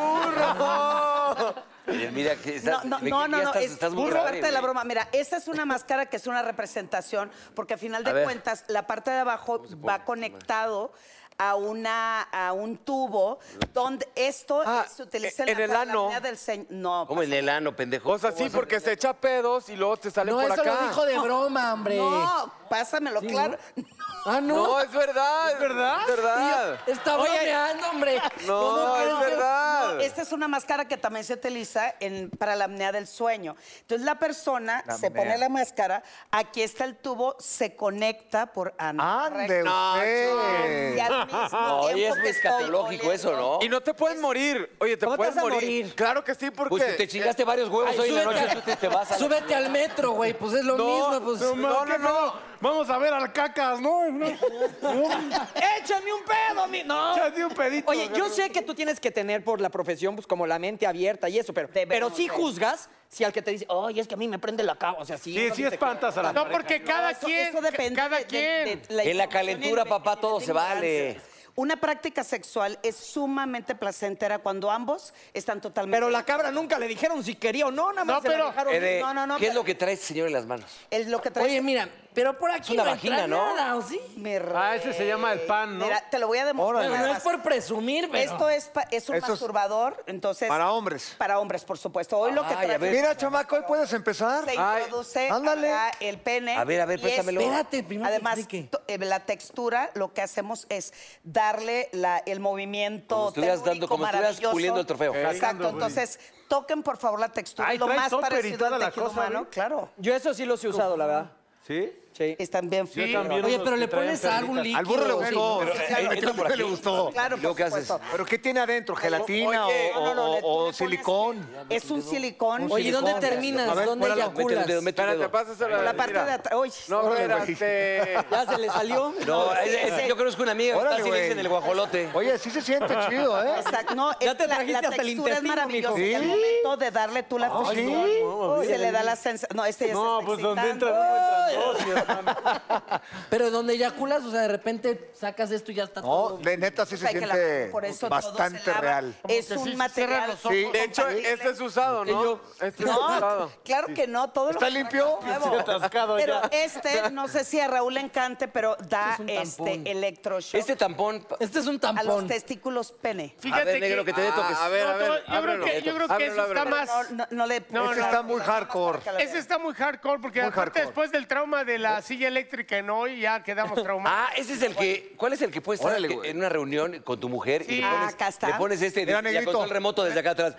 S2: burro!
S3: Mira, mira, que
S8: No,
S3: estás,
S8: no,
S3: ve que
S8: no,
S3: ya
S8: no, no,
S3: estás,
S8: es,
S3: estás
S8: es
S3: muy grave,
S8: parte de la
S3: güey.
S8: broma. Mira, esa es una máscara que es una representación, porque al final
S3: A
S8: de
S3: ver.
S8: cuentas, la parte de abajo va conectado a una a un tubo donde esto
S2: Ah,
S8: se utiliza
S2: en
S8: la-
S2: el
S8: para
S2: ano.
S8: la vida del señor. No,
S3: ¿Cómo en el ano, pendejo?
S2: O sea, sí, porque se echa pedos y luego te sale
S7: No,
S2: por
S7: eso
S2: acá.
S7: lo dijo de broma, hombre.
S8: no, pásamelo, claro.
S7: Ah, no.
S2: No, es verdad. ¿Es
S6: verdad?
S2: Es verdad.
S7: Está bromeando, hombre.
S2: No,
S7: ¿Cómo
S2: es
S7: crees que-
S2: verdad.
S8: Esta es una máscara que también se utiliza en- para la apnea del sueño. Entonces la persona se pone la máscara, aquí está el tubo, se conecta por ano.
S5: Ande
S8: recto.
S5: usted.
S8: Y al mismo
S3: Oye,
S8: tiempo
S3: Ah, es muy
S8: que estoy
S3: escatológico eso,
S8: oliendo-
S3: ¿no?
S2: Y no te puedes morir. Oye, te
S1: ¿Cómo te
S2: puedes
S1: vas a
S2: morir?
S1: morir?
S2: Claro que sí, porque.
S3: Pues si te chingaste varios huevos
S7: Ay,
S3: hoy en pues, la noche,
S7: súbete,
S3: tú te, te vas a... la-
S7: súbete al metro, güey. Pues es lo mismo. Pues.
S6: No, ma,
S2: No, no,
S6: qué
S2: no.
S6: feo. Vamos a ver al cacas, ¿no? No, no.
S1: ¡Échame un pedo, mi! ¡No!
S6: Échate un pedito.
S1: Oye, yo sé que tú tienes que tener por la profesión, pues como la mente abierta y eso, pero, pero
S8: Debemos
S1: sí
S8: de.
S1: juzgas si al que te dice, ¡ay, es que a mí me prende la cama! O sea, sí.
S6: Sí,
S1: uno
S6: sí
S1: dice,
S6: espantas a la
S4: No,
S6: pareja.
S4: porque cada
S8: Eso-
S4: quien.
S8: eso depende
S4: cada
S8: de- de-
S4: quien.
S8: de
S3: En la
S8: información
S3: calentura,
S8: y de-
S3: papá,
S8: y de
S3: todo
S8: la
S3: se vale.
S8: ignorancia. Una práctica sexual es sumamente placentera cuando ambos están totalmente.
S1: Pero la cabra nunca le dijeron si quería o no, nada más
S4: No,
S1: se
S4: pero-
S1: la dejaron.
S3: Eh, de-
S8: No, no, no,
S3: ¿Qué es
S8: pero-
S3: lo que trae este señor en las manos?
S8: es lo que trae.
S7: Oye, mira, pero por aquí
S3: una
S7: no entra
S3: vagina, ¿no?
S7: nada, ¿o sí?
S8: Mi
S6: Ah, ese se
S8: rey.
S6: llama el pan, ¿no?
S8: Mira, te lo voy a demostrar.
S7: Pero no
S8: nada
S7: es
S8: más.
S7: por presumir, pero...
S8: Esto es, pa- es un
S5: Eso es-
S8: masturbador, entonces.
S5: Para hombres.
S8: Para hombres, por supuesto. Hoy lo que
S3: Ay, a
S8: trae
S3: ver.
S5: Mira, chamaco, hoy puedes empezar.
S8: se
S2: Ay,
S8: introduce
S5: ándale.
S8: acá el pene.
S3: A ver, a ver,
S8: y es-
S3: préstamelo.
S7: Espérate, primero que
S8: Además,
S7: explique.
S8: to- eh, la textura, lo que hacemos es darle la- el movimiento
S3: Como estuvieras dando-
S8: telúrico
S3: como estuvieras
S8: maravilloso.
S3: puliendo el trofeo.
S8: Exacto,
S6: Jalando,
S8: entonces toquen por favor la textura.
S6: Ay,
S8: lo
S6: trae
S8: más
S6: topper y
S8: parecido
S6: toda
S8: al
S6: la
S8: tejido
S6: cosa,
S8: humano,
S6: ¿eh?
S8: claro.
S1: Yo eso sí los he usado, la verdad.
S6: ¿Sí?
S1: Sí.
S8: Están bien
S6: Yo
S8: fríos.
S6: también
S7: Oye,
S6: unos
S7: pero
S6: que
S7: le
S6: traían
S7: pones algo, un líquido.
S6: perlitas.
S5: Al burro le
S7: sí,
S5: gustó.
S7: pero-
S3: eh,
S5: Al
S3: entra por
S5: burro le
S3: aquí.
S5: gustó.
S8: Claro,
S3: ¿Y luego
S8: por
S3: qué haces?
S8: supuesto.
S5: ¿Pero qué tiene adentro? ¿Gelatina
S2: Oye,
S5: o,
S8: No, no, le-
S5: o- o
S8: tú le pones-
S5: silicón?
S8: Es un silicón.
S7: Oye, ¿y ¿dónde
S5: silicón.
S7: terminas?
S5: A ver,
S7: ¿Dónde
S5: cuélalo,
S3: Mete el
S7: eyaculas?
S3: dedo, mete el
S2: Espérate,
S3: dedo.
S2: pásasela.
S8: la parte
S2: mira.
S8: de atrás. Oye,
S2: No, espérate.
S1: ¿Ya
S7: Ah,
S1: se le salió?
S3: No,
S8: Sí,
S3: es- es-
S8: sí.
S3: yo creo que es que una amiga que está
S5: Órale,
S3: así le dicen
S5: güey.
S3: el guajolote.
S5: Oye, sí se siente chido, ¿eh?
S8: Exacto. No,
S1: Ya
S8: es
S1: te
S8: la-
S1: trajiste
S8: la,
S1: hasta el
S8: textura es
S1: intestino,
S8: maravillosa.
S5: mijo.
S8: y al
S5: ¿Sí?
S8: momento de darle tú la
S5: Ah, ¿sí?
S8: fricción, se le da la sensación. No, este ya se
S6: No,
S8: está
S6: pues donde
S8: excitando.
S6: entran no entran dos,
S7: Pero donde eyaculas, o sea, de repente sacas esto y ya está
S5: No,
S7: todo.
S5: de neta sí
S8: O
S5: se
S8: sea, Pues que la-
S5: siente
S8: por eso todo se
S5: bastante
S8: lava.
S5: real.
S8: Es
S4: que sí,
S8: un
S4: se
S8: material.
S4: cierran los ojos.
S5: Sí.
S2: De hecho,
S8: compatible.
S2: este es usado, ¿no? Este es
S8: No,
S2: usado.
S8: claro que no, todo
S5: ¿Está
S8: lo que-
S5: limpio?
S8: Nuevo.
S6: Sí, atascado
S8: pero
S6: ya.
S8: este, no sé si a Raúl le encante, pero da
S7: Este es un tampón.
S8: este electroshock
S3: Este tampón... pa-
S7: Este es un
S8: a los
S7: tampón.
S8: testículos pene.
S3: A
S4: Fíjate
S3: ver, negro, que te dé toques.
S2: Ah, a ver,
S4: No,
S2: a ver.
S4: yo creo que, yo creo que eso está más.
S8: No, no, no le.
S4: No,
S5: Ese
S4: no,
S5: está muy hardcore.
S4: Ese está muy hardcore, porque
S5: Muy
S4: aparte
S5: hardcore.
S4: después del trauma de la silla eléctrica en hoy, ya quedamos traumados.
S3: Ah, ese es el que... ¿Cuál es el que puedes estar
S5: Órale,
S3: que-
S5: güey.
S3: en una reunión con tu mujer y
S4: Sí.
S3: le
S8: Ah,
S3: pones,
S8: acá está. Ah,
S3: le pones este
S5: Mira,
S3: y a
S5: negrito.
S3: control remoto desde acá atrás?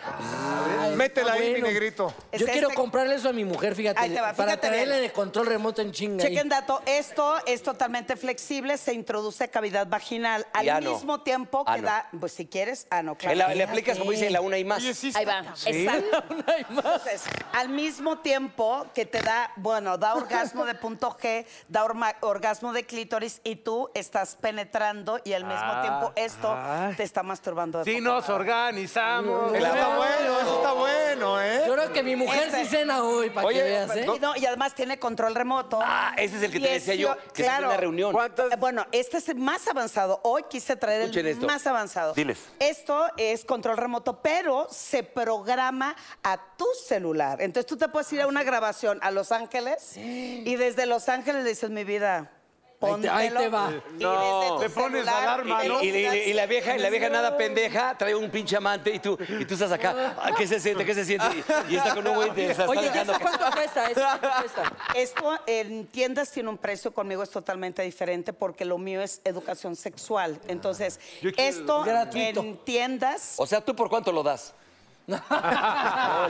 S5: Métela ahí, mi
S7: bueno.
S5: negrito.
S8: Es
S7: Yo
S8: este-
S7: quiero comprarle eso a mi mujer, fíjate.
S8: Ahí te va,
S7: para
S8: fíjate
S7: traerle
S8: bien.
S7: de control remoto en chinga. ahí.
S8: Chequen dato, esto es totalmente flexible, se introduce cavidad vaginal al
S3: Y ano.
S8: mismo tiempo que
S3: Ano.
S8: da, pues si quieres, ano, claro.
S3: Le- Le aplicas, como dice, la una y más.
S4: Oye, sí
S8: Ahí
S4: está-
S8: va. Exacto. Entonces, al mismo tiempo que te da, bueno, da orgasmo de punto G da orma- orgasmo de clítoris y tú estás penetrando y al mismo
S6: Ah,
S8: tiempo esto
S3: ah.
S6: ay.
S8: te está masturbando. de
S6: Sí,
S8: poca
S6: nos
S8: madre.
S6: organizamos.
S5: Eso está bueno, eso está bueno, ¿eh?
S7: Yo creo que mi mujer
S8: Este-
S7: sí cena hoy, para que
S2: Oye,
S7: veas, ¿eh?
S8: Y, no, y además tiene control remoto.
S3: Ah, ese es el que te decía yo,
S8: Diecio-
S3: que se hace una reunión.
S2: ¿Cuántas?
S8: Eh, Bueno, este es el más avanzado. Hoy quise traer
S3: Escuchen
S8: el
S3: esto.
S8: más avanzado.
S3: Diles.
S8: Esto es control remoto, pero se programa a tu celular. Entonces tú te puedes ir a una grabación a Los Ángeles y desde Los Ángeles le dices, mi vida,
S7: Ahí te-
S8: póntelo.
S7: ahí te va.
S8: Y
S2: No.
S8: desde tu
S6: Le pones
S8: celular,
S6: alarma,
S8: te
S6: ¿no?
S8: lo
S3: Y, y-
S8: das.
S3: y la vieja, y la vieja nada pendeja, trae un pinche amante y tú, y tú estás acá. "Ah, ¿Qué se siente? ¿Qué se siente? Y, y está con un güey y te está
S1: Oye,
S3: dejando.
S1: ¿eso cuánto cuesta? ¿Eso cuánto cuesta?
S8: Esto en tiendas tiene un precio, conmigo es totalmente diferente porque lo mío es educación sexual. Entonces, esto
S7: Gratuito.
S8: en tiendas
S3: O sea, ¿tú por cuánto lo das?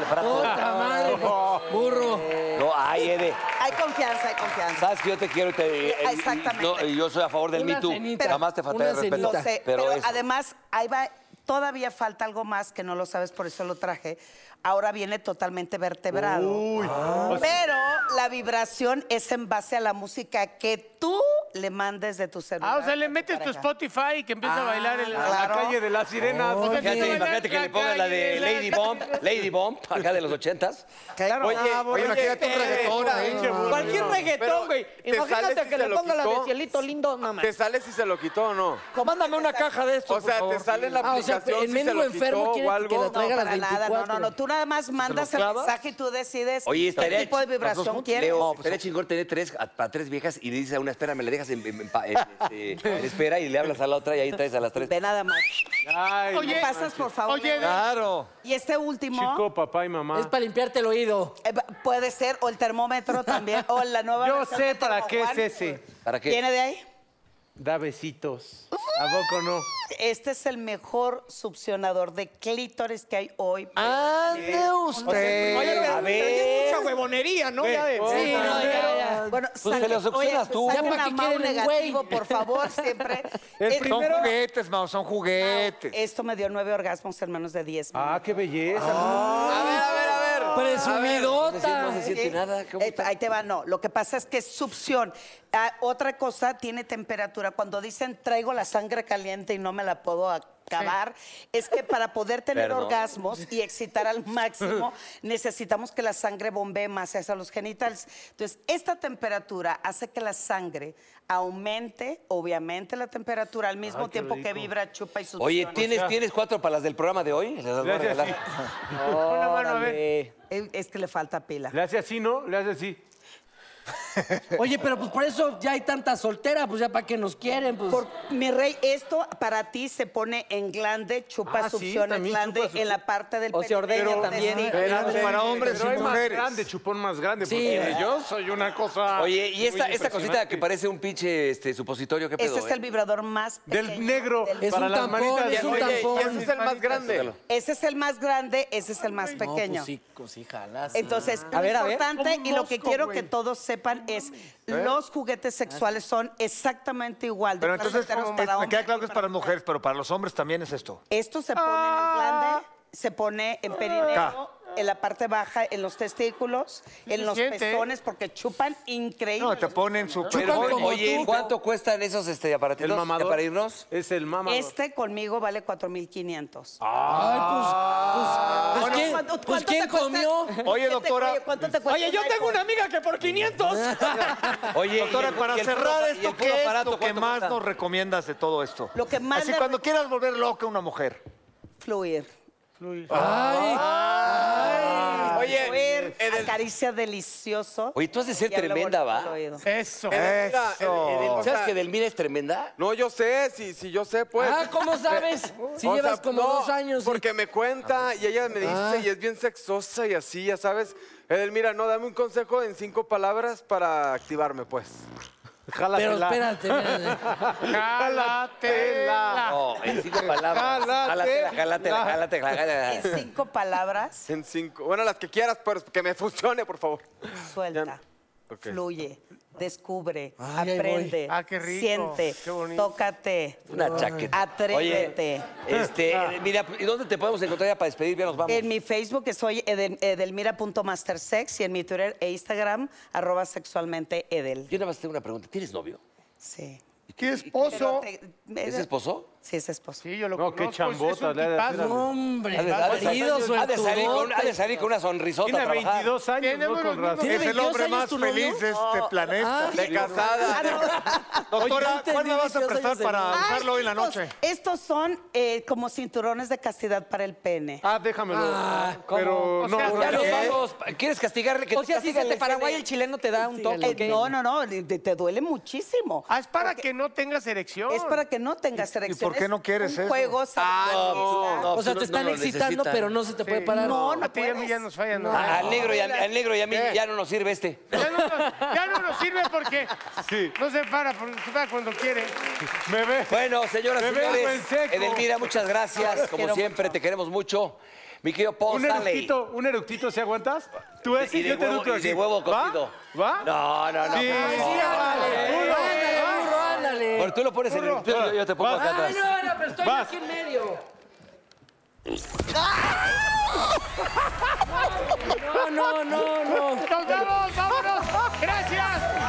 S7: Puta madre, burro.
S3: No, ay, Ede.
S8: hay confianza, hay confianza.
S3: Sabes que yo te quiero y te.
S8: Eh, exactamente.
S3: no, y yo soy a favor del
S7: Una
S3: Me Too.
S7: cenita.
S3: Nada más te falta
S7: Una
S3: el respeto.
S8: Lo
S7: cenita.
S8: sé, pero,
S3: eso.
S8: además ahí va, todavía falta algo más que no lo sabes, por eso lo traje. Ahora viene totalmente vertebrado. Ah. Pero la vibración es en base a la música que tú le mandes de tu celular.
S4: Ah, o sea, le
S8: a tu
S4: metes tu
S8: pareja.
S4: Spotify y que empieza a bailar en la,
S8: claro.
S4: la calle.
S6: de las sirenas.
S4: O sea, tú
S3: Fíjate,
S4: bailas
S3: imagínate que
S4: en
S3: le pongas la de
S4: calle, la-
S3: Lady Bomb, Lady Bomb, acá de los ochentas.
S8: Claro.
S2: Oye, oye, imagínate un reggaetón eh.
S1: Cualquier reggaetón, güey.
S2: ¿te sales
S1: Imagínate
S2: si
S1: que
S2: se
S1: le
S2: lo
S1: ponga la de
S2: quitó?
S1: cielito lindo, mamá.
S2: ¿Te sale si se lo quitó o no?
S1: Mándame una caja de esto.
S2: O sea, te sale en la
S7: Ah, o sea,
S2: aplicación
S7: el
S2: si se
S7: mendigo
S2: lo
S7: enfermo
S2: quitó
S7: quiere
S2: o
S7: que
S2: algo.
S7: la traiga
S8: No,
S7: a las
S8: para nada, no,
S7: 24.
S8: no, no. Tú nada más mandas el mensaje y tú decides
S3: Oye,
S8: qué
S3: estaría.
S8: tipo de vibración quieres. Pues,
S3: Leo,
S7: pues
S3: estaría chingón tener tres, a, a tres viejas y le dices a una, espera, me la dejas en, en- en pa- en- este, en espera y le hablas a la otra y ahí traes a las tres.
S8: Ve nada más.
S4: Oye,
S8: ¿Me pasas, por favor?
S4: Oye,
S8: Leo?
S6: Claro.
S8: y este último.
S6: Chico, papá y mamá.
S7: Es para limpiarte el oído.
S8: Eh, ba- Puede ser, o el termómetro también, o la nueva.
S6: Yo
S8: versión
S6: sé
S8: del
S6: para qué es
S8: Termoguan.
S6: ese.
S3: ¿Para qué?
S8: ¿Viene de ahí?
S6: Da besitos. ¿A poco no?
S8: Este es el mejor succionador de clítoris que hay hoy.
S3: Ah,
S5: Ande usted.
S3: A ver.
S1: mucha huevonería, ¿no?
S7: Sí, no, ya, ya.
S8: bueno,
S3: Pues
S8: saquen-
S3: te lo succionas
S8: oye,
S3: tú.
S8: saquen
S7: Ya para
S8: a
S7: que
S8: Mau
S7: queden en
S8: negativo,
S7: güey.
S8: por favor, siempre.
S6: El
S8: Eh,
S5: Son
S6: primero-
S5: juguetes, Mao, son juguetes.
S8: Esto me dio nueve orgasmos en menos de diez.
S6: Ah, qué belleza.
S7: Presumidota.
S3: No se siente nada. ¿cómo
S8: Eh,
S3: está?
S8: ahí te va, no. Lo que pasa es que es succión. Ah, otra cosa tiene temperatura. Cuando dicen traigo la sangre caliente y no me la puedo acabar, es que para poder tener
S3: Perdón.
S8: orgasmos y excitar al máximo, necesitamos que la sangre bombee más hacia los genitales. Entonces, esta temperatura hace que la sangre aumente, obviamente, la temperatura al mismo
S6: qué
S8: tiempo que
S6: rico.
S8: vibra, chupa y succiona.
S3: Ah, Oye, ¿tienes, ¿tienes cuatro para las del programa de hoy? Les las voy a
S6: Gracias,
S3: regalar.
S4: Pon la mano, a ver.
S3: Eh,
S8: Eh, Es que le falta pila.
S6: Le hace así, ¿no? Le hace así.
S7: Oye, pero pues por eso ya hay tantas solteras, pues ya para que nos quieren, pues.
S8: Por- mi rey, esto para ti se pone en glande, chupa,
S6: Ah, sí,
S8: succiona,
S6: también
S8: glande
S6: chupa, succiona.
S8: en la parte del
S1: O se ordena
S8: perineal,
S1: también.
S8: del testículo.
S5: Espérate, para hombres
S6: Pero
S5: y
S6: hay más
S5: mujeres.
S6: grande, chupón más grande.
S7: Sí,
S6: porque
S7: ¿verdad?
S6: yo soy una cosa.
S3: Oye, ¿y esta,
S6: muy
S3: esta cosita que
S6: impresionante.
S3: parece un pinche este, supositorio? ¿Qué pedo?
S8: Ese es el
S3: eh?
S8: vibrador más pequeño.
S6: Del negro
S7: Es
S6: para
S7: un
S6: las
S7: tampón,
S6: manitas.
S7: es un
S6: Oye,
S2: Oye, y
S7: tampón.
S2: ese es Pues el más grande.
S8: Ese es el más grande, ese es el más
S7: No, pues
S8: pequeño.
S7: sí, pues sí, jalas.
S8: Entonces,
S1: A
S8: lo
S1: ver, a ver.
S8: importante
S4: Como un
S8: y lo que
S4: mosco,
S8: quiero
S4: güey.
S8: que todos sepan es los juguetes sexuales son exactamente igual de
S5: Pero entonces,
S8: placenteros
S5: es-
S8: para
S5: me queda
S8: hombres
S5: claro que
S8: y
S5: es
S8: para
S5: para mujeres, pero para los hombres también es esto.
S8: Esto se pone en el glande, se pone en perineo, en la parte baja, en los testículos, en
S4: se
S8: los
S4: siente, ¿eh?
S8: pezones, porque chupan increíble.
S5: No, te ponen su
S3: Pero,
S7: Chupan como
S3: oye,
S7: tú.
S3: ¿cuánto cuestan esos este, aparatitos
S6: El mamador.
S3: para irnos?
S6: Es el mamador.
S8: Este conmigo vale 4,500.
S4: Ah.
S7: Ay, pues, pues, pues, ¿quién,
S8: ¿Cuánto-
S7: pues,
S8: cuánto
S7: ¿quién
S8: te cuesta?
S7: comió?
S5: Oye,
S8: ¿Qué te-
S5: doctora.
S8: oye, ¿cuánto te cuesta
S1: Oye, yo
S8: un
S1: tengo
S8: iPhone?
S1: una amiga que por 500.
S3: Oye,
S5: Doctora,
S3: y el-
S5: para
S3: y el puro
S5: cerrar
S3: apa- y el
S5: esto,
S3: puro
S5: ¿qué es
S3: aparato,
S5: lo que
S3: cuánto
S5: más
S3: cuesta?
S5: nos recomiendas de todo esto?
S8: Lo que más
S5: Así
S8: le-
S5: cuando quieras volver loca a una mujer.
S8: Fluir.
S2: Oye,
S8: Fluir,
S2: Edel-
S8: acaricia delicioso.
S3: Oye, tú has de ser
S8: Y habla
S3: tremenda,
S8: bonito
S3: ¿va?
S8: al oído.
S4: Eso.
S2: Edel, mira,
S5: Eso.
S2: Edel, Edel, o
S3: ¿Sabes
S2: sea,
S3: que Delmira es tremenda?
S2: No, yo sé, si, si yo sé, pues.
S7: Ah, ¿cómo sabes? Si
S2: O sea,
S7: llevas como
S2: no,
S7: dos años. y-
S2: Porque me cuenta y ella me dice y es bien sexosa y así, ya sabes. Edelmira, no, dame un consejo en cinco palabras para activarme, pues.
S7: Pero
S6: Jálatela.
S7: espérate, espérate.
S4: Jálatela.
S3: No, en cinco palabras. Jálatela,
S6: Jálatela.
S3: jálatela, jálatela,
S8: En
S3: jálatela.
S8: cinco palabras,
S2: pues, En cinco. Bueno, las que quieras, pero que me funcione, por favor.
S8: suelta.
S2: Ok.
S8: Fluye. descubre,
S4: Ay, ahí voy.
S8: aprende,
S4: Ah, qué rico,
S8: siente,
S4: qué bonito.
S8: tócate,
S3: Una chaqueta.
S8: atrévete.
S3: Oye, este, mira, ¿y dónde te podemos encontrar ya para despedir? Ya nos vamos.
S8: En mi Facebook que soy edel- edelmira.mastersex y en mi Twitter e Instagram arroba sexualmente edel.
S3: Yo nada más tengo una pregunta. ¿Tienes novio?
S8: Sí.
S4: ¿Qué
S8: Pero
S4: esposo?
S8: te-
S3: ¿Es esposo?
S8: Sí, es esposo.
S4: Sí, yo lo
S6: No, qué
S4: conozco, es- es un
S6: chambota le ha de hacer
S4: tipazo.
S6: al-
S7: Hombre,
S3: Ha de, ha de-
S7: querido
S3: ha de salir con, ha de salir con una sonrisota.
S6: Tiene
S3: a trabajar.
S6: 22 años,
S4: Tiene
S6: ¿no?
S4: buenos
S6: Con razón.
S7: ¿Tiene
S6: Es el
S7: 22
S6: hombre
S7: años
S6: más
S7: tu novio?
S6: feliz de este planeta.
S2: De casada.
S3: ah,
S6: Doctora,
S7: entendí,
S6: ¿cuándo vas a
S7: 22
S6: prestar
S7: años de
S6: para
S7: novio.
S6: usarlo hoy en la
S8: estos,
S6: noche?
S8: estos son eh, como cinturones de castidad para el pene.
S6: Ah, déjamelo. Pero no,
S4: sea,
S6: no,
S3: Ya
S6: no.
S3: nos vamos. ¿Quieres castigarle? Que
S1: O
S3: te
S1: sea, si
S3: castigue
S1: se te
S3: el
S1: Paraguay
S3: gene?
S1: el chileno te da un toque.
S8: Eh, no, no, no, te, te duele muchísimo.
S4: Ah, es para que no tengas erección.
S8: Es para que no tengas erecciones.
S5: por qué no quieres
S8: un
S5: eso?
S8: juego
S3: Ah,
S8: sexual.
S3: no,
S7: O sea,
S3: no,
S7: te están
S3: no lo
S7: excitando,
S3: necesitan.
S7: pero no se te puede parar.
S8: No, no
S4: A ti y a mí
S8: puedes.
S4: ya nos fallan. ¿no?
S3: Ah, Al negro, y a, al negro y a mí ya no nos sirve este.
S4: Ya, no nos, ya no nos sirve porque no se para, por- se para cuando quiere.
S6: Me ve.
S3: Bueno, señoras y
S6: Me veo en
S3: señores,
S6: seco.
S3: Edelmira, muchas gracias. Como siempre, te queremos mucho. Mi querido Paul
S6: Un
S3: Stanley.
S6: eructito, un eructito, ¿se aguantas? Tú ese
S3: Y de
S6: yo te
S3: huevo-
S6: eructo
S3: y de
S6: así.
S3: huevo cocido.
S6: ¿Va? ¿Va?
S3: No, no, no.
S6: Sí, sí, vale. Uno,
S7: Ándale, burro, ándale.
S3: Bueno, tú lo pones en el
S6: Burro.
S3: eructito, yo, yo te pongo
S6: Vas.
S3: acá atrás.
S7: Ay, no, no, pero estoy
S6: Vas.
S7: aquí en medio. No, no, no, no.
S4: ¡Nos vamos! ¡Vámonos! ¡Gracias!